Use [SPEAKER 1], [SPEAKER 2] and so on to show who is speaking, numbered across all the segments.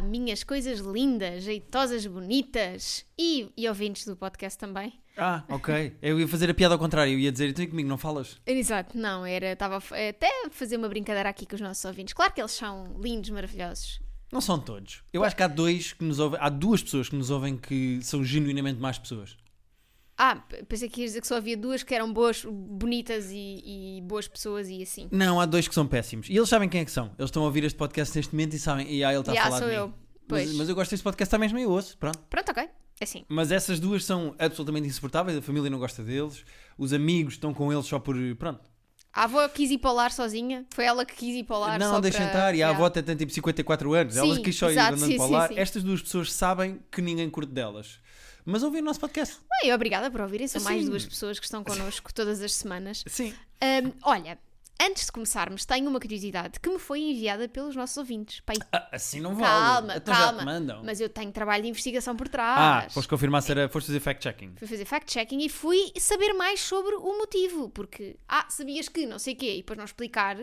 [SPEAKER 1] coisinhas, coisas lindas, jeitosas, bonitas e, e ouvintes do podcast também.
[SPEAKER 2] Ah, ok. Eu ia fazer a piada ao contrário, eu ia dizer, então e comigo não falas?
[SPEAKER 1] Exato, não, era, estava a f- eh, até a fazer uma brincadeira aqui com os nossos ouvintes. Claro que eles são lindos, maravilhosos.
[SPEAKER 2] Não são todos. Eu acho que há dois que nos ouvem, há duas pessoas que nos ouvem que são genuinamente mais pessoas.
[SPEAKER 1] Ah, p- pensei que ias dizer que só havia duas que eram boas, bonitas e, e boas pessoas e assim.
[SPEAKER 2] Não, há dois que são péssimos. E eles sabem quem é que são. Eles estão a ouvir este podcast neste momento e sabem, e ah, ele está
[SPEAKER 1] e
[SPEAKER 2] a
[SPEAKER 1] ah,
[SPEAKER 2] falar
[SPEAKER 1] sou
[SPEAKER 2] de mim.
[SPEAKER 1] eu. Pois.
[SPEAKER 2] Mas, mas eu gosto deste podcast, está mesmo eu ouço, pronto.
[SPEAKER 1] Pronto, ok. É assim.
[SPEAKER 2] Mas essas duas são absolutamente insuportáveis, a família não gosta deles, os amigos estão com eles só por, pronto.
[SPEAKER 1] A avó quis ir para o lar sozinha. Foi ela que quis ir para o lar
[SPEAKER 2] não,
[SPEAKER 1] só
[SPEAKER 2] deixem
[SPEAKER 1] para...
[SPEAKER 2] estar, e a
[SPEAKER 1] Yeah.
[SPEAKER 2] avó até tem tipo 54 anos, ela
[SPEAKER 1] Sim,
[SPEAKER 2] quis só ir
[SPEAKER 1] exato,
[SPEAKER 2] andando
[SPEAKER 1] sim,
[SPEAKER 2] para
[SPEAKER 1] sim,
[SPEAKER 2] lá.
[SPEAKER 1] sim.
[SPEAKER 2] Estas duas pessoas sabem que ninguém curte delas. Mas ouvem o nosso podcast.
[SPEAKER 1] Bem, obrigada por ouvirem. São mais
[SPEAKER 2] Sim.
[SPEAKER 1] duas pessoas que estão connosco todas as semanas.
[SPEAKER 2] Sim.
[SPEAKER 1] Ahm, olha, antes de começarmos, tenho uma curiosidade que me foi enviada pelos nossos ouvintes. Pai,
[SPEAKER 2] Ah, assim não vale.
[SPEAKER 1] calma,
[SPEAKER 2] então já te
[SPEAKER 1] calma.
[SPEAKER 2] mandam.
[SPEAKER 1] Mas eu tenho trabalho de investigação por trás.
[SPEAKER 2] Ah, foste confirmar se era, foste fazer fact-checking.
[SPEAKER 1] Fui fazer fact-checking e fui saber mais sobre o motivo, porque, ah, sabias que não sei o quê, e depois não explicar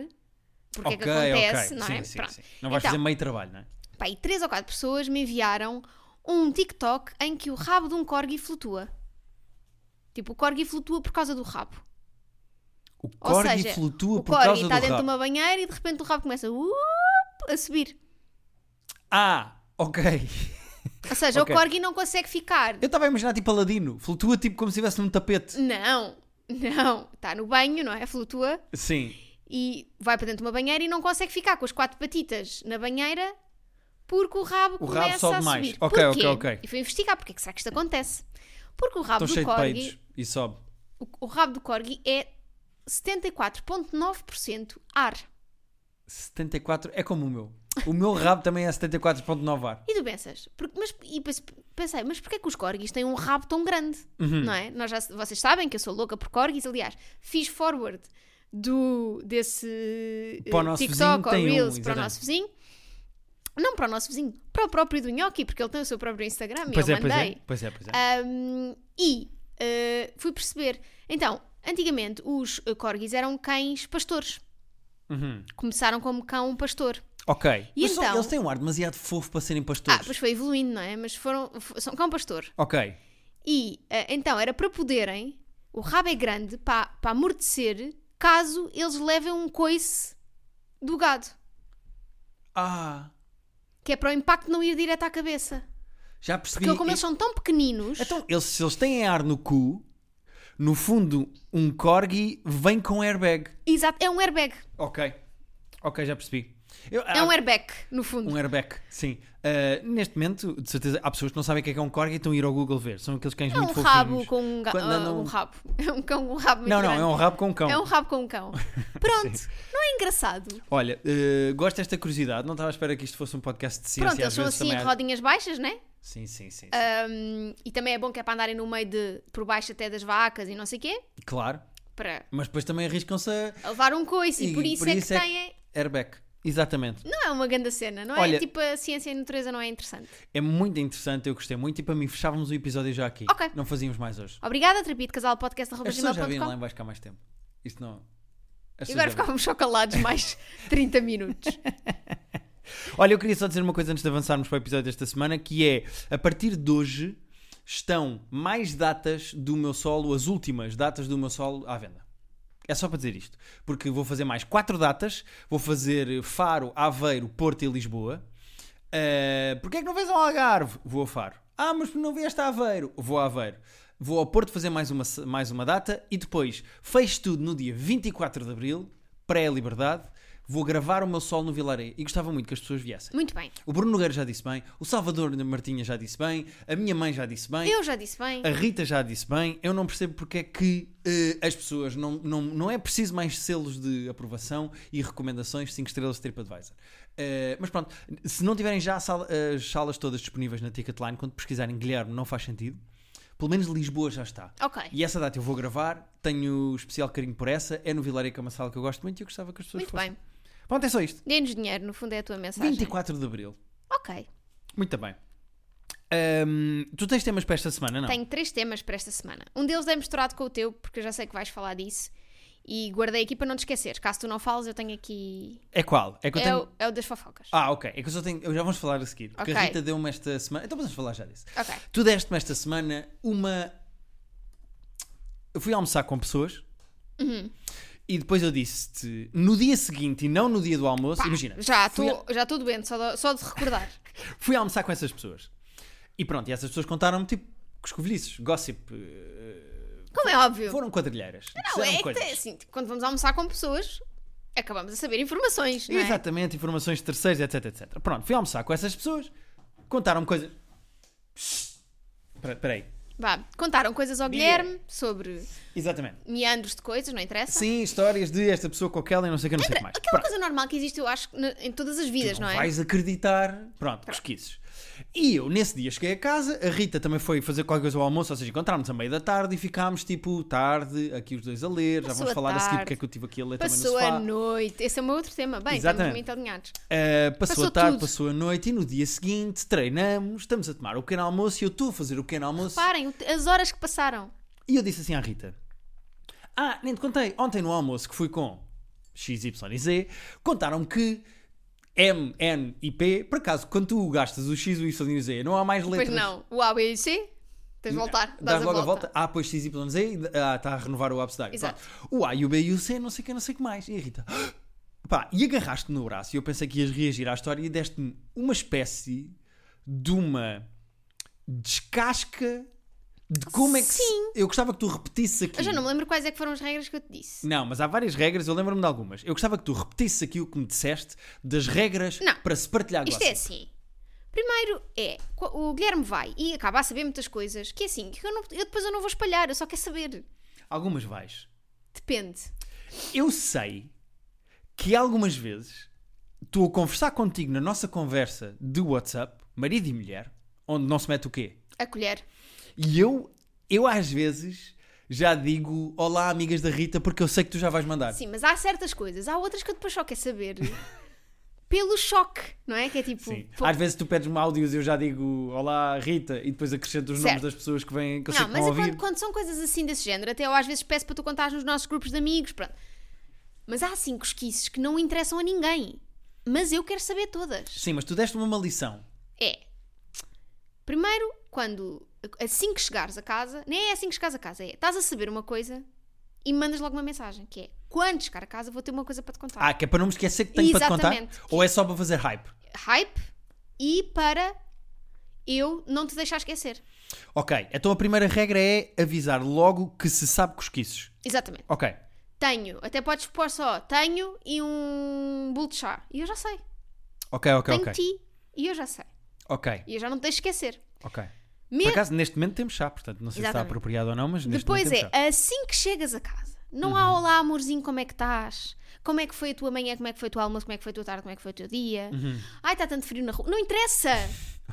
[SPEAKER 1] porque é que acontece, não
[SPEAKER 2] sim,
[SPEAKER 1] é?
[SPEAKER 2] Sim,
[SPEAKER 1] Pronto.
[SPEAKER 2] sim. Não vais
[SPEAKER 1] Então,
[SPEAKER 2] fazer meio trabalho, não é?
[SPEAKER 1] pá, e três ou quatro pessoas me enviaram um TikTok em que o rabo de um corgi flutua. Tipo, o corgi flutua por causa do rabo.
[SPEAKER 2] O
[SPEAKER 1] Ou
[SPEAKER 2] corgi
[SPEAKER 1] seja,
[SPEAKER 2] flutua
[SPEAKER 1] o
[SPEAKER 2] por
[SPEAKER 1] corgi
[SPEAKER 2] causa
[SPEAKER 1] está
[SPEAKER 2] do
[SPEAKER 1] dentro
[SPEAKER 2] rabo.
[SPEAKER 1] de uma banheira e de repente o rabo começa uup, a subir.
[SPEAKER 2] Ah, ok.
[SPEAKER 1] Ou seja,
[SPEAKER 2] Ok.
[SPEAKER 1] o corgi não consegue ficar.
[SPEAKER 2] Eu estava a imaginar tipo Aladino. Flutua tipo como se estivesse num tapete.
[SPEAKER 1] Não, não. Está no banho, não é? Flutua
[SPEAKER 2] Sim.
[SPEAKER 1] Ah, e vai para dentro de uma banheira e não consegue ficar com as quatro patitas na banheira porque o rabo
[SPEAKER 2] O rabo
[SPEAKER 1] começa
[SPEAKER 2] sobe
[SPEAKER 1] a
[SPEAKER 2] mais.
[SPEAKER 1] subir.
[SPEAKER 2] Ok, ok,
[SPEAKER 1] Porquê?
[SPEAKER 2] ok.
[SPEAKER 1] E fui investigar porque é que será que isto acontece. Porque o rabo
[SPEAKER 2] Estou cheio
[SPEAKER 1] do corgi...
[SPEAKER 2] de peidos. E sobe.
[SPEAKER 1] o, o rabo do corgi é 74,9% ar.
[SPEAKER 2] 74 é como o meu. O meu rabo também é 74.9 ar.
[SPEAKER 1] E tu pensas, porque, mas, e pense- pensei, mas porquê que os corgis têm um rabo tão grande?
[SPEAKER 2] Uhum.
[SPEAKER 1] Não é? Nós já, vocês sabem que eu sou louca por corgis, aliás, fiz forward do, desse eh,
[SPEAKER 2] Para o nosso vizinho
[SPEAKER 1] TikTok ou
[SPEAKER 2] tem um,
[SPEAKER 1] Reels para o
[SPEAKER 2] exatamente.
[SPEAKER 1] nosso vizinho. Não para o nosso vizinho, para o próprio do Nhoque, porque ele tem o seu próprio Instagram
[SPEAKER 2] Pois
[SPEAKER 1] e
[SPEAKER 2] é,
[SPEAKER 1] eu
[SPEAKER 2] pois
[SPEAKER 1] mandei.
[SPEAKER 2] é, pois é, pois é.
[SPEAKER 1] Um, e uh, fui perceber. Então, antigamente os uh, corgis eram cães pastores.
[SPEAKER 2] Uhum.
[SPEAKER 1] Começaram como cão pastor.
[SPEAKER 2] Ok.
[SPEAKER 1] Ah. E
[SPEAKER 2] Mas são-
[SPEAKER 1] então?
[SPEAKER 2] eles têm um ar demasiado fofo para serem
[SPEAKER 1] Ah,
[SPEAKER 2] pastores.
[SPEAKER 1] pois foi evoluindo, não é? Mas foram. f- São cão pastor.
[SPEAKER 2] Ok.
[SPEAKER 1] E uh, então era para poderem. O rabo é grande para, para amortecer caso eles levem um coice do gado.
[SPEAKER 2] Ah,
[SPEAKER 1] Que é para o impacto não ir direto à cabeça.
[SPEAKER 2] já percebi.
[SPEAKER 1] Porque como eles são tão pequeninos.
[SPEAKER 2] Então, eles, se eles têm ar no cu, no fundo, um corgi vem com airbag.
[SPEAKER 1] Exato, é um airbag.
[SPEAKER 2] Ok. Ok, já percebi. Eu-
[SPEAKER 1] É
[SPEAKER 2] ah,
[SPEAKER 1] um airbag, no fundo.
[SPEAKER 2] um airbag, sim. Ah, neste momento, de certeza, há pessoas que não sabem o que é, que é um corgi e estão a ir ao Google ver. São aqueles cães
[SPEAKER 1] É um
[SPEAKER 2] muito
[SPEAKER 1] rabo
[SPEAKER 2] fofinhos.
[SPEAKER 1] com um, ga-
[SPEAKER 2] Quando
[SPEAKER 1] ah,
[SPEAKER 2] andam-
[SPEAKER 1] um rabo. É um cão com um rabo muito
[SPEAKER 2] Não, não,
[SPEAKER 1] grande.
[SPEAKER 2] é um rabo com um cão.
[SPEAKER 1] É um rabo com um cão. Pronto, não é engraçado?
[SPEAKER 2] Olha, eh, gosto desta curiosidade. Não estava à espera que isto fosse um podcast de ciência.
[SPEAKER 1] Pronto, eles
[SPEAKER 2] às
[SPEAKER 1] são
[SPEAKER 2] vezes
[SPEAKER 1] assim, Ah.
[SPEAKER 2] também é. há-
[SPEAKER 1] rodinhas baixas, né?
[SPEAKER 2] Sim, sim, sim. sim.
[SPEAKER 1] Ahm, e também é bom que é para andarem no meio de, por baixo até das vacas e não sei o quê,
[SPEAKER 2] Claro.
[SPEAKER 1] para
[SPEAKER 2] Mas depois também arriscam-se a
[SPEAKER 1] levar um coice. E, por isso é que têm.
[SPEAKER 2] airbag. Exatamente.
[SPEAKER 1] Não é uma grande cena, não
[SPEAKER 2] Olha-
[SPEAKER 1] é? Tipo, a ciência e a natureza não é interessante.
[SPEAKER 2] É muito interessante, eu gostei muito. E para mim, fechávamos o episódio já aqui.
[SPEAKER 1] Ok.
[SPEAKER 2] Não fazíamos mais hoje.
[SPEAKER 1] Obrigada, terapia de casal podcast
[SPEAKER 2] As pessoas já vêm lá
[SPEAKER 1] podcast.gmail.com.
[SPEAKER 2] em baixo cá mais tempo. Isto não.
[SPEAKER 1] E
[SPEAKER 2] As pessoas
[SPEAKER 1] agora
[SPEAKER 2] já vêm.
[SPEAKER 1] ficávamos chocolados mais 30 minutos.
[SPEAKER 2] Olha, eu queria só dizer uma coisa antes de avançarmos para o episódio desta semana, que é, a partir de hoje, estão mais datas do meu solo, as últimas datas do meu solo à venda. É só para dizer isto, porque vou fazer mais quatro datas, vou fazer Faro, Aveiro, Porto e Lisboa. Uh, Porquê é que não vês ao Algarve? Vou a Faro. Ah, mas não vieste a Aveiro? Vou a Aveiro. Vou ao Porto fazer mais uma, se- mais uma data e depois fecho tudo no dia 24 de Abril, pré-liberdade. Vou gravar o meu sol no Vilaré e gostava muito que as pessoas viessem.
[SPEAKER 1] Muito bem.
[SPEAKER 2] O Bruno Nogueira já disse bem, o Salvador Martinha já disse bem, a minha mãe já disse bem.
[SPEAKER 1] Eu já disse bem.
[SPEAKER 2] A Rita já disse bem, eu não percebo porque é que eh, as pessoas não, não, não é preciso mais selos de aprovação e recomendações 5 estrelas de TripAdvisor. Eh, mas pronto, se não tiverem já a sala- as salas todas disponíveis na Ticketline, quando pesquisarem Guilherme não faz sentido, pelo menos Lisboa já está.
[SPEAKER 1] Ok.
[SPEAKER 2] E essa data eu vou gravar, tenho especial carinho por essa, é no Vilarejo, que é uma sala que eu gosto muito e eu gostava que as pessoas
[SPEAKER 1] Muito
[SPEAKER 2] fossem.
[SPEAKER 1] bem.
[SPEAKER 2] Pronto, é só isto.
[SPEAKER 1] Dê-nos dinheiro, no fundo é a tua mensagem.
[SPEAKER 2] 24 de Abril.
[SPEAKER 1] Ok.
[SPEAKER 2] Muito bem. Ahm, tu tens temas para esta semana, não?
[SPEAKER 1] Tenho três temas para esta semana. Um deles é misturado com o teu, porque eu já sei que vais falar disso. E guardei aqui para não te esquecer. Caso tu não fales, eu tenho aqui.
[SPEAKER 2] É qual? É que eu
[SPEAKER 1] É,
[SPEAKER 2] tenho.
[SPEAKER 1] o, é o das fofocas.
[SPEAKER 2] Ah, ok. É que eu só tenho. eu já vamos falar a seguir. Porque a
[SPEAKER 1] Ok.
[SPEAKER 2] Rita deu-me esta semana. Então podemos falar já disso.
[SPEAKER 1] Ok.
[SPEAKER 2] Tu deste-me esta semana uma. Eu fui almoçar com pessoas
[SPEAKER 1] Uhum.
[SPEAKER 2] e depois eu disse-te no dia seguinte e não no dia do almoço.
[SPEAKER 1] Pá,
[SPEAKER 2] imagina,
[SPEAKER 1] Já
[SPEAKER 2] fui,
[SPEAKER 1] estou já tô doente, só de, só de recordar.
[SPEAKER 2] fui almoçar com essas pessoas e pronto. E essas pessoas contaram-me tipo coscovilhices, gossip, eh,
[SPEAKER 1] Como é óbvio.
[SPEAKER 2] foram quadrilheiras.
[SPEAKER 1] Não,
[SPEAKER 2] fizeram
[SPEAKER 1] é que
[SPEAKER 2] coisas.
[SPEAKER 1] tem- assim, quando vamos almoçar com pessoas, acabamos a saber informações, não é?
[SPEAKER 2] Exatamente, informações de terceiros, etc, etc. Pronto, fui almoçar com essas pessoas, contaram-me coisas. Espera espera aí.
[SPEAKER 1] Vá, contaram coisas ao
[SPEAKER 2] Miguel.
[SPEAKER 1] Guilherme sobre
[SPEAKER 2] Exatamente.
[SPEAKER 1] meandros de coisas, não interessa?
[SPEAKER 2] Sim, histórias de esta pessoa com aquela e não sei o que, não sei o que mais.
[SPEAKER 1] Aquela coisa normal que existe, eu acho, na- em todas as vidas,
[SPEAKER 2] não
[SPEAKER 1] não é?
[SPEAKER 2] vais acreditar. Pronto, pesquises. E eu, nesse dia, cheguei a casa, a Rita também foi fazer qualquer coisa ao almoço, ou seja, encontrámos a meio da tarde e ficámos, tipo, tarde, aqui os dois a ler, já
[SPEAKER 1] Passou
[SPEAKER 2] vamos
[SPEAKER 1] a
[SPEAKER 2] falar a seguir
[SPEAKER 1] tarde.
[SPEAKER 2] porque é que eu tive aqui a ler
[SPEAKER 1] Passou
[SPEAKER 2] também no
[SPEAKER 1] a
[SPEAKER 2] sofá.
[SPEAKER 1] noite. Esse é o meu outro tema. Bem, estamos
[SPEAKER 2] Exatamente.
[SPEAKER 1] muito alinhados.
[SPEAKER 2] Uh, passou,
[SPEAKER 1] Passou
[SPEAKER 2] a tarde,
[SPEAKER 1] tudo.
[SPEAKER 2] passou a noite e no dia seguinte treinamos, estamos a tomar o pequeno almoço e eu estou a fazer o pequeno almoço
[SPEAKER 1] Parem, o- as horas que passaram.
[SPEAKER 2] e eu disse assim à Rita, ah, nem te contei, ontem no almoço que fui com XYZ, contaram-me que M, N e P, por acaso, quando tu gastas o X, o Y e o Z, não há mais letras.
[SPEAKER 1] Pois não. O A, B e C. Tens de voltar. Dás,
[SPEAKER 2] Dás
[SPEAKER 1] a
[SPEAKER 2] logo
[SPEAKER 1] volta.
[SPEAKER 2] a volta. Ah, pois XYZ ah, está a renovar o abcedário.
[SPEAKER 1] Exato.
[SPEAKER 2] Pronto. O A e o B e o C, não sei o que, não sei o que mais. E a Rita. "Ah!" Pá, e agarraste-me no braço e eu pensei que ias reagir à história e deste-me uma espécie de uma descasca de como é que. se-
[SPEAKER 1] Sim.
[SPEAKER 2] Eu gostava que tu repetisses aqui.
[SPEAKER 1] Eu já não me lembro quais é que foram as regras que eu te disse.
[SPEAKER 2] Não, mas há várias regras, eu lembro-me de algumas. Eu gostava que tu repetisses aqui o que me disseste das regras
[SPEAKER 1] Não.
[SPEAKER 2] para se partilhar
[SPEAKER 1] Isto é
[SPEAKER 2] gossip.
[SPEAKER 1] assim. Primeiro é, qu- o Guilherme vai e acaba a saber muitas coisas que é assim, que eu, não- eu depois eu não vou espalhar, eu só quero saber.
[SPEAKER 2] Algumas vais.
[SPEAKER 1] Depende.
[SPEAKER 2] Eu sei que algumas vezes estou a conversar contigo na nossa conversa de WhatsApp, marido e mulher, onde não se mete o quê?
[SPEAKER 1] A colher.
[SPEAKER 2] E eu, eu às vezes já digo olá amigas da Rita porque eu sei que tu já vais mandar.
[SPEAKER 1] Sim, mas há certas coisas, há outras que eu depois só quero saber pelo choque, não é? Que é tipo,
[SPEAKER 2] Sim. Ah,
[SPEAKER 1] pô,
[SPEAKER 2] Às vezes tu pedes-me áudios e eu já digo olá Rita e depois acrescento os nomes
[SPEAKER 1] Certo.
[SPEAKER 2] das pessoas que vêm que eu sei
[SPEAKER 1] não,
[SPEAKER 2] que
[SPEAKER 1] mas
[SPEAKER 2] vão
[SPEAKER 1] é
[SPEAKER 2] ouvir.
[SPEAKER 1] quando, quando são coisas assim desse género, até eu às vezes peço para tu contares nos nossos grupos de amigos, pronto. Mas há assim cosquices que não interessam a ninguém, mas eu quero saber todas.
[SPEAKER 2] Sim, mas tu deste-me uma lição.
[SPEAKER 1] É. Primeiro, quando assim que chegares a casa, nem é assim que chegares a casa, é estás a saber uma coisa e mandas logo uma mensagem, que é quando chegar a casa vou ter uma coisa para te contar.
[SPEAKER 2] Ah, que é para não me esquecer que tenho para te
[SPEAKER 1] Exatamente.
[SPEAKER 2] contar? Ou é só para fazer hype?
[SPEAKER 1] Hype e para eu não te deixar esquecer.
[SPEAKER 2] Ok, então a primeira regra é avisar logo que se sabe cosquices.
[SPEAKER 1] Exatamente.
[SPEAKER 2] Ok.
[SPEAKER 1] Tenho, até podes pôr só tenho e um bolo de chá. E eu já sei.
[SPEAKER 2] Ok, ok,
[SPEAKER 1] Tenho
[SPEAKER 2] ok.
[SPEAKER 1] ti e eu já sei.
[SPEAKER 2] Ok,
[SPEAKER 1] E eu já não te deixo esquecer.
[SPEAKER 2] ok.
[SPEAKER 1] Me-
[SPEAKER 2] Por acaso, neste momento temos chá, portanto, não sei se está
[SPEAKER 1] Exatamente.
[SPEAKER 2] apropriado ou não, mas neste
[SPEAKER 1] Depois
[SPEAKER 2] momento
[SPEAKER 1] é,
[SPEAKER 2] temos Uhum. chá.
[SPEAKER 1] assim que chegas a casa, não há olá amorzinho, como é que estás? Como é que foi a tua manhã? Como é que foi o teu almoço? Como é que foi a tua tarde? Como é que foi o teu dia?
[SPEAKER 2] Uhum.
[SPEAKER 1] Ai, está tanto frio na rua. Não interessa!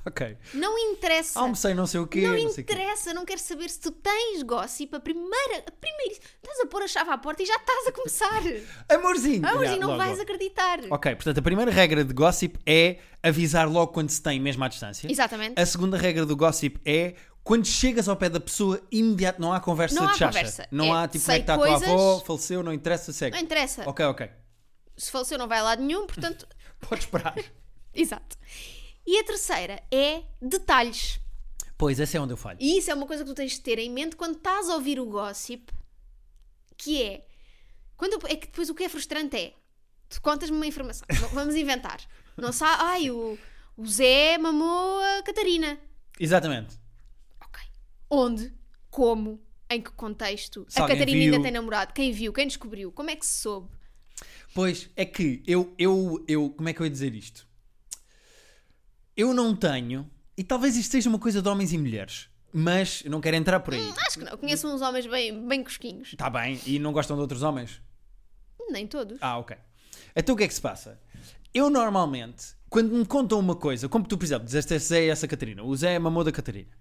[SPEAKER 2] Ok.
[SPEAKER 1] Não interessa!
[SPEAKER 2] Almocei não sei o quê,
[SPEAKER 1] não,
[SPEAKER 2] não, sei o quê.
[SPEAKER 1] interessa! Não quero saber se tu tens gossip. A primeira. A primeira estás a pôr a chave à porta e já estás a começar!
[SPEAKER 2] Amorzinho!
[SPEAKER 1] Amorzinho,
[SPEAKER 2] Já,
[SPEAKER 1] não
[SPEAKER 2] logo,
[SPEAKER 1] vais
[SPEAKER 2] logo.
[SPEAKER 1] acreditar!
[SPEAKER 2] Ok, portanto, a primeira regra de gossip é avisar logo quando se tem, mesmo à distância.
[SPEAKER 1] Exatamente.
[SPEAKER 2] A segunda regra do gossip é quando chegas ao pé da pessoa, imediato, não há conversa
[SPEAKER 1] Não há
[SPEAKER 2] de chacha.
[SPEAKER 1] conversa.
[SPEAKER 2] Não
[SPEAKER 1] É,
[SPEAKER 2] há tipo, como é
[SPEAKER 1] sei
[SPEAKER 2] que está a
[SPEAKER 1] coisas-
[SPEAKER 2] tua avó, faleceu, não interessa, segue.
[SPEAKER 1] Não interessa.
[SPEAKER 2] Ok, ok.
[SPEAKER 1] Se faleceu, não vai a lado nenhum, portanto.
[SPEAKER 2] Pode esperar.
[SPEAKER 1] Exato. E a terceira é detalhes.
[SPEAKER 2] pois, essa é onde eu falho.
[SPEAKER 1] E isso é uma coisa que tu tens de ter em mente quando estás a ouvir o gossip, que é. Quando, é que depois o que é frustrante é. Tu contas-me uma informação. v- Vamos inventar. Não sabe. Ai, o, o Zé mamou a Catarina.
[SPEAKER 2] Exatamente.
[SPEAKER 1] Ok. Onde? Como? Em que contexto?
[SPEAKER 2] Se
[SPEAKER 1] a
[SPEAKER 2] alguém
[SPEAKER 1] Catarina
[SPEAKER 2] viu.
[SPEAKER 1] ainda tem namorado. Quem viu? Quem descobriu? Como é que se soube?
[SPEAKER 2] Pois, é que eu, eu, eu, como é que eu ia dizer isto? Eu não tenho, e talvez isto seja uma coisa de homens e mulheres, mas eu não quero entrar por aí.
[SPEAKER 1] Acho que não. Conheço uns homens bem, bem cosquinhos.
[SPEAKER 2] Está bem, e não gostam de outros homens?
[SPEAKER 1] Nem todos.
[SPEAKER 2] Ah, ok. Então o que é que se passa? Eu normalmente, quando me contam uma coisa, como tu, por exemplo, dizeste esse Zé e essa Catarina, o Zé é mamou da Catarina,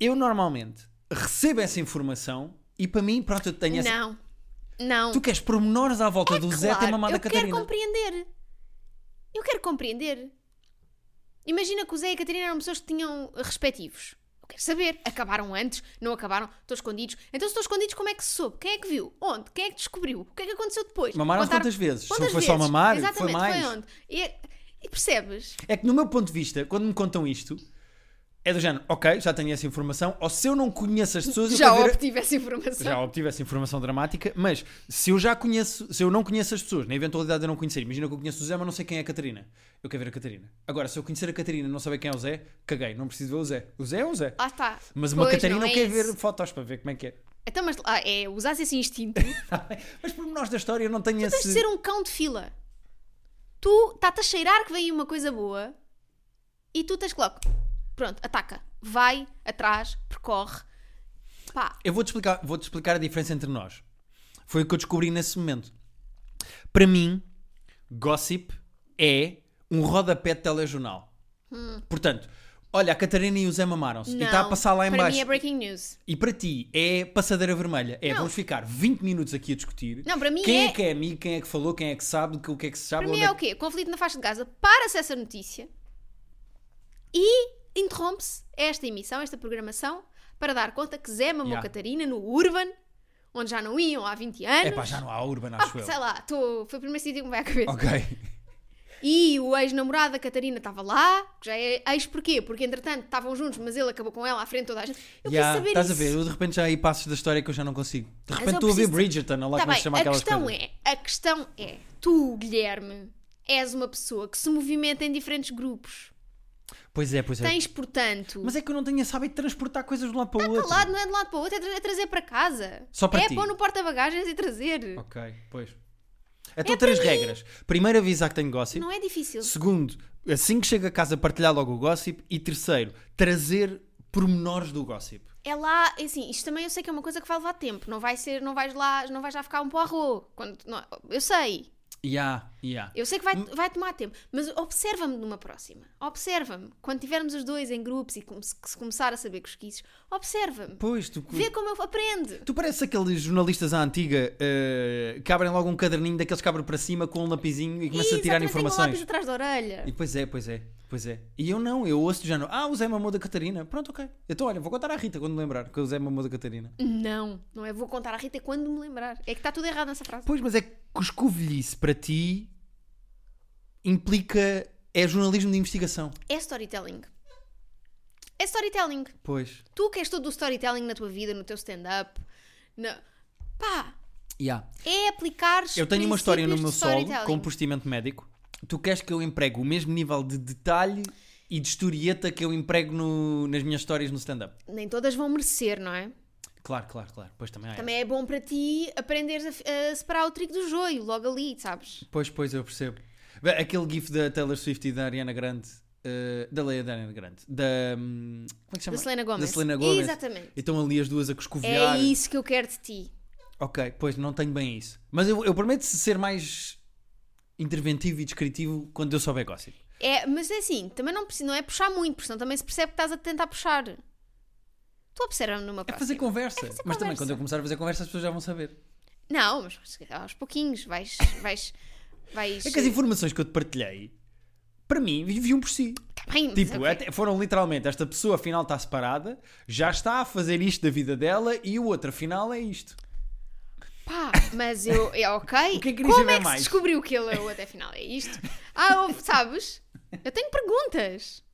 [SPEAKER 2] eu normalmente recebo essa informação e para mim, pronto, eu tenho essa.
[SPEAKER 1] Não. Não.
[SPEAKER 2] Tu queres pormenores à volta do Zé ter
[SPEAKER 1] Claro,
[SPEAKER 2] mamado
[SPEAKER 1] eu
[SPEAKER 2] a Catarina?
[SPEAKER 1] quero compreender. Eu quero compreender. Imagina que o Zé e a Catarina eram pessoas que tinham respectivos. Quero saber. Acabaram antes? Não acabaram? Estão escondidos? Então, se estão escondidos, como é que se soube? Quem é que viu? Onde? Quem é que descobriu? O que é que aconteceu depois?
[SPEAKER 2] Mamaram
[SPEAKER 1] Contaram-
[SPEAKER 2] quantas vezes? Se
[SPEAKER 1] Quantas
[SPEAKER 2] foi
[SPEAKER 1] vezes?
[SPEAKER 2] só mamar, foi
[SPEAKER 1] Exatamente,
[SPEAKER 2] mais.
[SPEAKER 1] onde? E, é- e percebes?
[SPEAKER 2] É que, no meu ponto de vista, quando me contam isto, é do género, ok, já tenho essa informação, ou se eu não conheço as pessoas, eu
[SPEAKER 1] Já
[SPEAKER 2] quero ver-
[SPEAKER 1] obtive essa informação.
[SPEAKER 2] já obtive essa informação dramática, mas se eu já conheço, se eu não conheço as pessoas, na eventualidade de eu não conhecer, imagina que eu conheço o Zé, mas não sei quem é a Catarina. Eu quero ver a Catarina. Agora, se eu conhecer a Catarina e não saber quem é o Zé, caguei, não preciso ver o Zé. O Zé é o Zé.
[SPEAKER 1] Lá está.
[SPEAKER 2] Mas uma
[SPEAKER 1] Pois,
[SPEAKER 2] Catarina
[SPEAKER 1] não
[SPEAKER 2] eu
[SPEAKER 1] é
[SPEAKER 2] quero
[SPEAKER 1] isso.
[SPEAKER 2] ver fotos para ver como é que é.
[SPEAKER 1] Então, mas lá é usar esse instinto.
[SPEAKER 2] Tá bem? Mas por menores da história eu não tenho
[SPEAKER 1] Tens de
[SPEAKER 2] esse.
[SPEAKER 1] ser um cão de fila. Tu estás a cheirar que vem uma coisa boa e tu tens que logo. Pronto, ataca. Vai, atrás, percorre. Pá,
[SPEAKER 2] Eu vou-te explicar, vou explicar a diferença entre nós. Foi o que eu descobri nesse momento. Para mim, gossip é um rodapé de telejornal. Portanto, olha, a Catarina e o Zé mamaram-se e
[SPEAKER 1] Hum. não.
[SPEAKER 2] está a passar lá em
[SPEAKER 1] Para mim
[SPEAKER 2] baixo.
[SPEAKER 1] é breaking news.
[SPEAKER 2] E para ti é passadeira vermelha. É,
[SPEAKER 1] Não.
[SPEAKER 2] vamos ficar 20 minutos aqui a discutir.
[SPEAKER 1] Não, para mim
[SPEAKER 2] quem é...
[SPEAKER 1] é-
[SPEAKER 2] que é amigo, quem é que falou, quem é que sabe, o que é que se sabe.
[SPEAKER 1] Para mim
[SPEAKER 2] onde
[SPEAKER 1] é
[SPEAKER 2] é
[SPEAKER 1] o quê? Conflito na faixa de Gaza. Para-se essa notícia e interrompe-se esta emissão, esta programação, para dar conta que Zé mamou
[SPEAKER 2] Yeah.
[SPEAKER 1] Catarina no Urban, onde já não iam há 20
[SPEAKER 2] que-
[SPEAKER 1] anos.
[SPEAKER 2] É pá, já não há Urban,
[SPEAKER 1] Ah,
[SPEAKER 2] acho eu.
[SPEAKER 1] sei lá, tô- foi o primeiro sítio que me vai à cabeça.
[SPEAKER 2] Ok.
[SPEAKER 1] E o ex-namorado da Catarina estava lá, que já é ex porquê? Porque entretanto estavam juntos, mas ele acabou com ela à frente de toda a gente. Eu
[SPEAKER 2] Já,
[SPEAKER 1] quero saber
[SPEAKER 2] estás
[SPEAKER 1] isso.
[SPEAKER 2] a ver? Eu de repente já há aí passos da história que eu já não consigo. De repente
[SPEAKER 1] eu
[SPEAKER 2] estou a ver
[SPEAKER 1] preciso de-
[SPEAKER 2] Bridgerton, olha lá
[SPEAKER 1] Tá
[SPEAKER 2] como é que
[SPEAKER 1] bem,
[SPEAKER 2] se chama
[SPEAKER 1] a
[SPEAKER 2] aquelas
[SPEAKER 1] questão
[SPEAKER 2] coisas.
[SPEAKER 1] é, a questão é, tu, Guilherme, és uma pessoa que se movimenta em diferentes grupos.
[SPEAKER 2] Pois é, pois é.
[SPEAKER 1] Tens, portanto,
[SPEAKER 2] Mas é que eu não tenho esse hábito de transportar coisas de um lado para o outro.
[SPEAKER 1] calado, não é de um lado para o outro, é tra- é trazer para casa.
[SPEAKER 2] Só para
[SPEAKER 1] é
[SPEAKER 2] ti.
[SPEAKER 1] pôr no porta-bagagens e trazer.
[SPEAKER 2] Ok, pois. Então, três regras. Primeiro, avisar que tenho gossip.
[SPEAKER 1] Não é difícil.
[SPEAKER 2] Segundo, assim que chego a casa, partilhar logo o gossip. E terceiro, trazer pormenores do gossip.
[SPEAKER 1] É lá, é assim, isto também eu sei que é uma coisa que vai levar tempo. Não vai ser, não vais lá, não vais lá ficar um porro. Quando, não- eu sei.
[SPEAKER 2] Ya, ya.
[SPEAKER 1] Eu sei que vai, vai tomar tempo, mas observa-me numa próxima. Observa-me. Quando tivermos os dois em grupos e come- se começar a saber cosquices, observa-me.
[SPEAKER 2] Pois, tu,
[SPEAKER 1] Vê como eu aprendo.
[SPEAKER 2] tu pareces aqueles jornalistas à antiga eh, que abrem logo um caderninho daqueles que abrem para cima com um lapizinho e começa a tirar
[SPEAKER 1] Exatamente, tenho um lápis
[SPEAKER 2] informações.
[SPEAKER 1] atrás da orelha.
[SPEAKER 2] E pois é, pois é, pois é. E eu não, eu ouço do género, ah, o Zé mamou da Catarina. Pronto, ok. Então olha, vou contar à Rita quando me lembrar que o Zé mamou da Catarina.
[SPEAKER 1] Não, não é. Vou contar à Rita quando me lembrar. É que está tudo errado nessa frase.
[SPEAKER 2] Pois, mas é que cuscovelhice para ti implica. é jornalismo de investigação.
[SPEAKER 1] É storytelling. É storytelling.
[SPEAKER 2] Pois.
[SPEAKER 1] Tu queres todo o storytelling na tua vida, no teu stand-up. Na... Pá,
[SPEAKER 2] Yeah.
[SPEAKER 1] é aplicar
[SPEAKER 2] Eu tenho uma história no meu solo com um postimento médico. Tu queres que eu empregue o mesmo nível de detalhe e de historieta que eu emprego no- nas minhas histórias no stand-up?
[SPEAKER 1] Nem todas vão merecer, não é?
[SPEAKER 2] Claro, claro, claro. Pois também há. essa.
[SPEAKER 1] Também é bom para ti aprenderes a, f- a separar o trigo do joio, logo ali, sabes?
[SPEAKER 2] Pois, pois, eu percebo. Bem, Aquele gif da Taylor Swift e da Ariana Grande. eh, da Leia da Ariana Grande. Da. hum, como é que chama?
[SPEAKER 1] Da Selena Gomez.
[SPEAKER 2] Da Selena Gomez.
[SPEAKER 1] Exatamente.
[SPEAKER 2] Então ali as duas a
[SPEAKER 1] É
[SPEAKER 2] cuscoviar.
[SPEAKER 1] isso que eu quero de ti.
[SPEAKER 2] Ok, pois não tenho bem isso. Mas eu, eu prometo ser mais interventivo e descritivo quando eu souber gossip.
[SPEAKER 1] É, mas é assim, também não, preci- não é puxar muito, porque senão também se percebe que estás a tentar puxar. Tu observa-me numa
[SPEAKER 2] É
[SPEAKER 1] próxima.
[SPEAKER 2] fazer conversa.
[SPEAKER 1] fazer
[SPEAKER 2] Mas também
[SPEAKER 1] conversa.
[SPEAKER 2] quando eu começar a fazer conversa as pessoas já vão saber.
[SPEAKER 1] Não, mas aos pouquinhos vais. vais, vais
[SPEAKER 2] É que as informações que eu te partilhei, para mim, vi- viam por si.
[SPEAKER 1] Tá bem, mas
[SPEAKER 2] Tipo,
[SPEAKER 1] ok.
[SPEAKER 2] até- foram literalmente, esta pessoa afinal está separada, já está a fazer isto da vida dela e o outro afinal é isto.
[SPEAKER 1] Pá, mas eu. É ok.
[SPEAKER 2] O que é que querias
[SPEAKER 1] Como
[SPEAKER 2] saber
[SPEAKER 1] é que
[SPEAKER 2] mais?
[SPEAKER 1] se descobriu que ele é o até final? É isto? Ah, ouve, sabes? Eu tenho perguntas.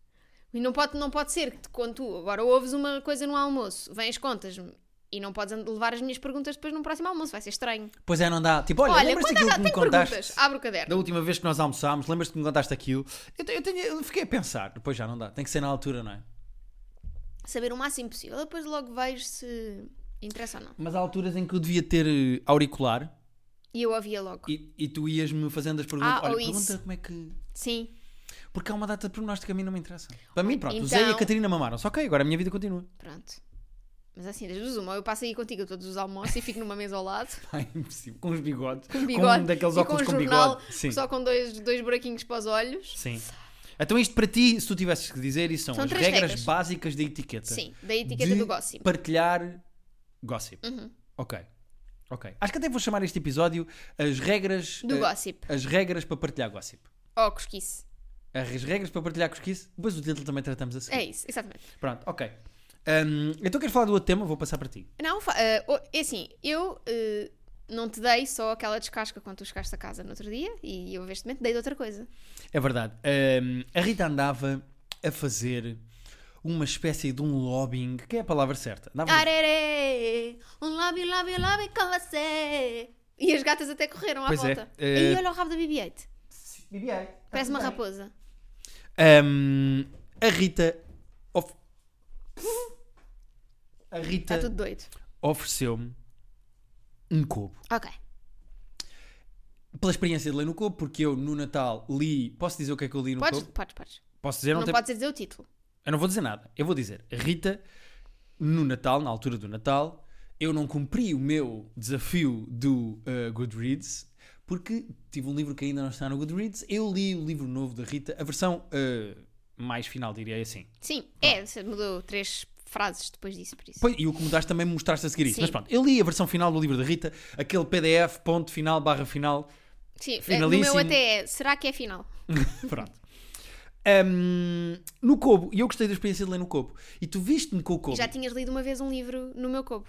[SPEAKER 1] E não pode, não pode ser que te- quando tu agora ouves uma coisa no almoço, vens, contas-me e não podes and- levar as minhas perguntas depois num próximo almoço, vai ser estranho.
[SPEAKER 2] Pois é, não dá. Tipo, olha,
[SPEAKER 1] Olha,
[SPEAKER 2] lembras-te
[SPEAKER 1] quando
[SPEAKER 2] daquilo
[SPEAKER 1] há,
[SPEAKER 2] que me
[SPEAKER 1] tenho
[SPEAKER 2] contaste?
[SPEAKER 1] perguntas, ah, abre o caderno.
[SPEAKER 2] Da última vez que nós almoçámos, lembras-te que me contaste aquilo? Eu, te- eu tenho- eu fiquei a pensar, depois já não dá, tem que ser na altura, não é?
[SPEAKER 1] Saber o máximo possível, depois logo vejo se interessa ou não.
[SPEAKER 2] Mas há alturas em que eu devia ter eh, auricular
[SPEAKER 1] E eu ouvia logo.
[SPEAKER 2] e, e tu ias-me fazendo as perguntas.
[SPEAKER 1] Ah,
[SPEAKER 2] Olha,
[SPEAKER 1] ou
[SPEAKER 2] pergunta
[SPEAKER 1] isso.
[SPEAKER 2] como é que.
[SPEAKER 1] Sim,
[SPEAKER 2] Porque há uma data de prognóstico que a mim não me interessa. Para mim, pronto, o Zé e a
[SPEAKER 1] Então-
[SPEAKER 2] Catarina mamaram. Só ok, agora a minha vida continua.
[SPEAKER 1] pronto. Mas assim, das duas, uma, ou eu passo aí contigo a todos os almoços e fico numa mesa ao lado.
[SPEAKER 2] Pá, é impossível. Com os bigodes.
[SPEAKER 1] com bigode
[SPEAKER 2] um daqueles
[SPEAKER 1] e
[SPEAKER 2] óculos
[SPEAKER 1] com
[SPEAKER 2] com,
[SPEAKER 1] um jornal
[SPEAKER 2] bigode. Sim.
[SPEAKER 1] só com dois, dois buraquinhos para os olhos.
[SPEAKER 2] Sim. Então, isto para ti, se tu tivesses que dizer, isso são,
[SPEAKER 1] São
[SPEAKER 2] as
[SPEAKER 1] três
[SPEAKER 2] regras,
[SPEAKER 1] regras.
[SPEAKER 2] básicas da etiqueta.
[SPEAKER 1] Sim, da etiqueta
[SPEAKER 2] de
[SPEAKER 1] do gossip. Uhum.
[SPEAKER 2] Partilhar gossip. Ok. Ok. Acho que até vou chamar este episódio as regras.
[SPEAKER 1] Do
[SPEAKER 2] eh,
[SPEAKER 1] gossip.
[SPEAKER 2] As regras para partilhar gossip.
[SPEAKER 1] Ó, cosquice.
[SPEAKER 2] As regras para partilhar cosquice, depois o título também tratamos a seguir.
[SPEAKER 1] É isso, exatamente.
[SPEAKER 2] Pronto, ok. Ahm, então quero falar do outro tema, vou passar para ti.
[SPEAKER 1] Não, fa- eh, o- é assim, eu eh, não te dei só aquela descasca quando tu chegaste a casa no outro dia e eu, evidentemente, dei-te outra coisa.
[SPEAKER 2] É verdade. Ahm, a Rita andava a fazer uma espécie de um lobbying, que é a palavra certa. Andava-
[SPEAKER 1] Arerê, um lobby, lobby, lobby com você. E as gatas até correram à
[SPEAKER 2] Pois é, Tá
[SPEAKER 1] volta.
[SPEAKER 2] eh,
[SPEAKER 1] E aí olha o rabo da BB-8. Parece uma raposa.
[SPEAKER 2] Ahm, Hum, a Rita. of- A
[SPEAKER 1] Está
[SPEAKER 2] Rita
[SPEAKER 1] Tá tudo doido.
[SPEAKER 2] ofereceu-me um cubo.
[SPEAKER 1] Ok.
[SPEAKER 2] Pela experiência de ler no cubo, porque eu no Natal li. Posso dizer o que é que eu li no
[SPEAKER 1] Podes,
[SPEAKER 2] cubo?
[SPEAKER 1] podes, podes.
[SPEAKER 2] Posso dizer?
[SPEAKER 1] Não,
[SPEAKER 2] tem-
[SPEAKER 1] podes dizer o título.
[SPEAKER 2] Eu não vou dizer nada. Eu vou dizer, Rita, no Natal, na altura do Natal, eu não cumpri o meu desafio do uh, Goodreads, porque tive um livro que ainda não está no Goodreads. Eu li o livro novo da Rita, a versão uh, mais final, diria assim.
[SPEAKER 1] Sim, é, você mudou três frases depois disso, por isso.
[SPEAKER 2] Pois, e o que mudaste também me mostraste a seguir isso.
[SPEAKER 1] Sim.
[SPEAKER 2] Mas pronto, eu li a versão final do livro da Rita, aquele PDF, ponto final, barra final.
[SPEAKER 1] Sim, é, no meu
[SPEAKER 2] finalíssimo.
[SPEAKER 1] até é, será que é final?
[SPEAKER 2] Pronto. Um, no Cobo, e eu gostei da experiência de ler no Cobo. E tu viste-me com o Cobo.
[SPEAKER 1] Já tinhas lido uma vez um livro no meu cobo.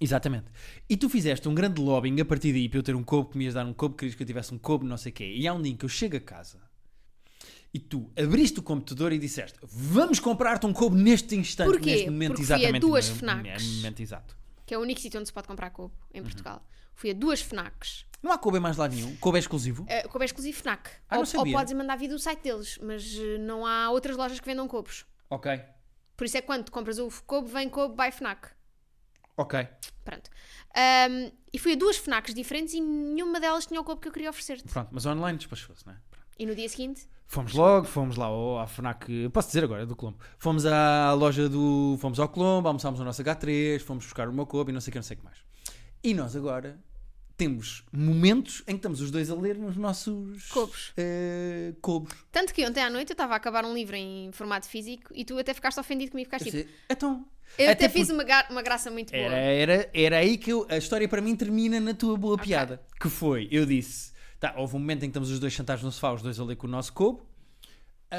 [SPEAKER 2] Exatamente. E tu fizeste um grande lobbying a partir daí para eu ter um cobo, que me ias dar um cobo, querias que eu tivesse um cobo, não sei o quê. E há um dia em que eu chego a casa e tu abriste o computador e disseste: Vamos comprar-te um cobo neste instante,
[SPEAKER 1] Porquê?
[SPEAKER 2] neste momento,
[SPEAKER 1] Porque fui a
[SPEAKER 2] exatamente.
[SPEAKER 1] duas
[SPEAKER 2] no-
[SPEAKER 1] Fnacs.
[SPEAKER 2] no momento exato.
[SPEAKER 1] que é o único sítio onde se pode comprar Kobo
[SPEAKER 2] Uhum.
[SPEAKER 1] em Portugal. Fui a duas FNACs.
[SPEAKER 2] Não há cobo em mais lado nenhum, cobo é exclusivo.
[SPEAKER 1] Uh, Kobo é exclusivo FNAC.
[SPEAKER 2] Ah, não
[SPEAKER 1] ou, ou
[SPEAKER 2] sabia.
[SPEAKER 1] podes mandar vir do site deles, mas eh, não há outras lojas que vendam Kobos.
[SPEAKER 2] Ok,
[SPEAKER 1] Por isso é que quando compras o Kobo, vem Kobo by FNAC.
[SPEAKER 2] ok.
[SPEAKER 1] Pronto. Ahm, e fui a duas FNACs diferentes e nenhuma delas tinha o Kobo que eu queria oferecer-te.
[SPEAKER 2] Pronto, mas online despachou-se, não é? Pronto.
[SPEAKER 1] E no dia seguinte,
[SPEAKER 2] Fomos logo, fomos lá ao, à FNAC, posso dizer agora, do Colombo. Fomos à loja do. Fomos ao Colombo, almoçámos o nosso H3, fomos buscar o meu copo e não sei o que, não sei o que mais. E nós agora temos momentos em que estamos os dois a ler nos nossos.
[SPEAKER 1] Cobos. É
[SPEAKER 2] eh, cobos.
[SPEAKER 1] tanto que ontem à noite eu estava a acabar um livro em formato físico e tu até ficaste ofendido comigo, ficaste tipo.
[SPEAKER 2] Então.
[SPEAKER 1] Eu até,
[SPEAKER 2] até
[SPEAKER 1] fiz
[SPEAKER 2] porque-
[SPEAKER 1] uma, ga- uma graça muito boa.
[SPEAKER 2] Era, era, era aí que eu- a história para mim termina na tua boa piada. Que foi, eu disse, tá, houve um momento em que estamos os dois sentados no sofá, os dois a ler com o nosso cubo.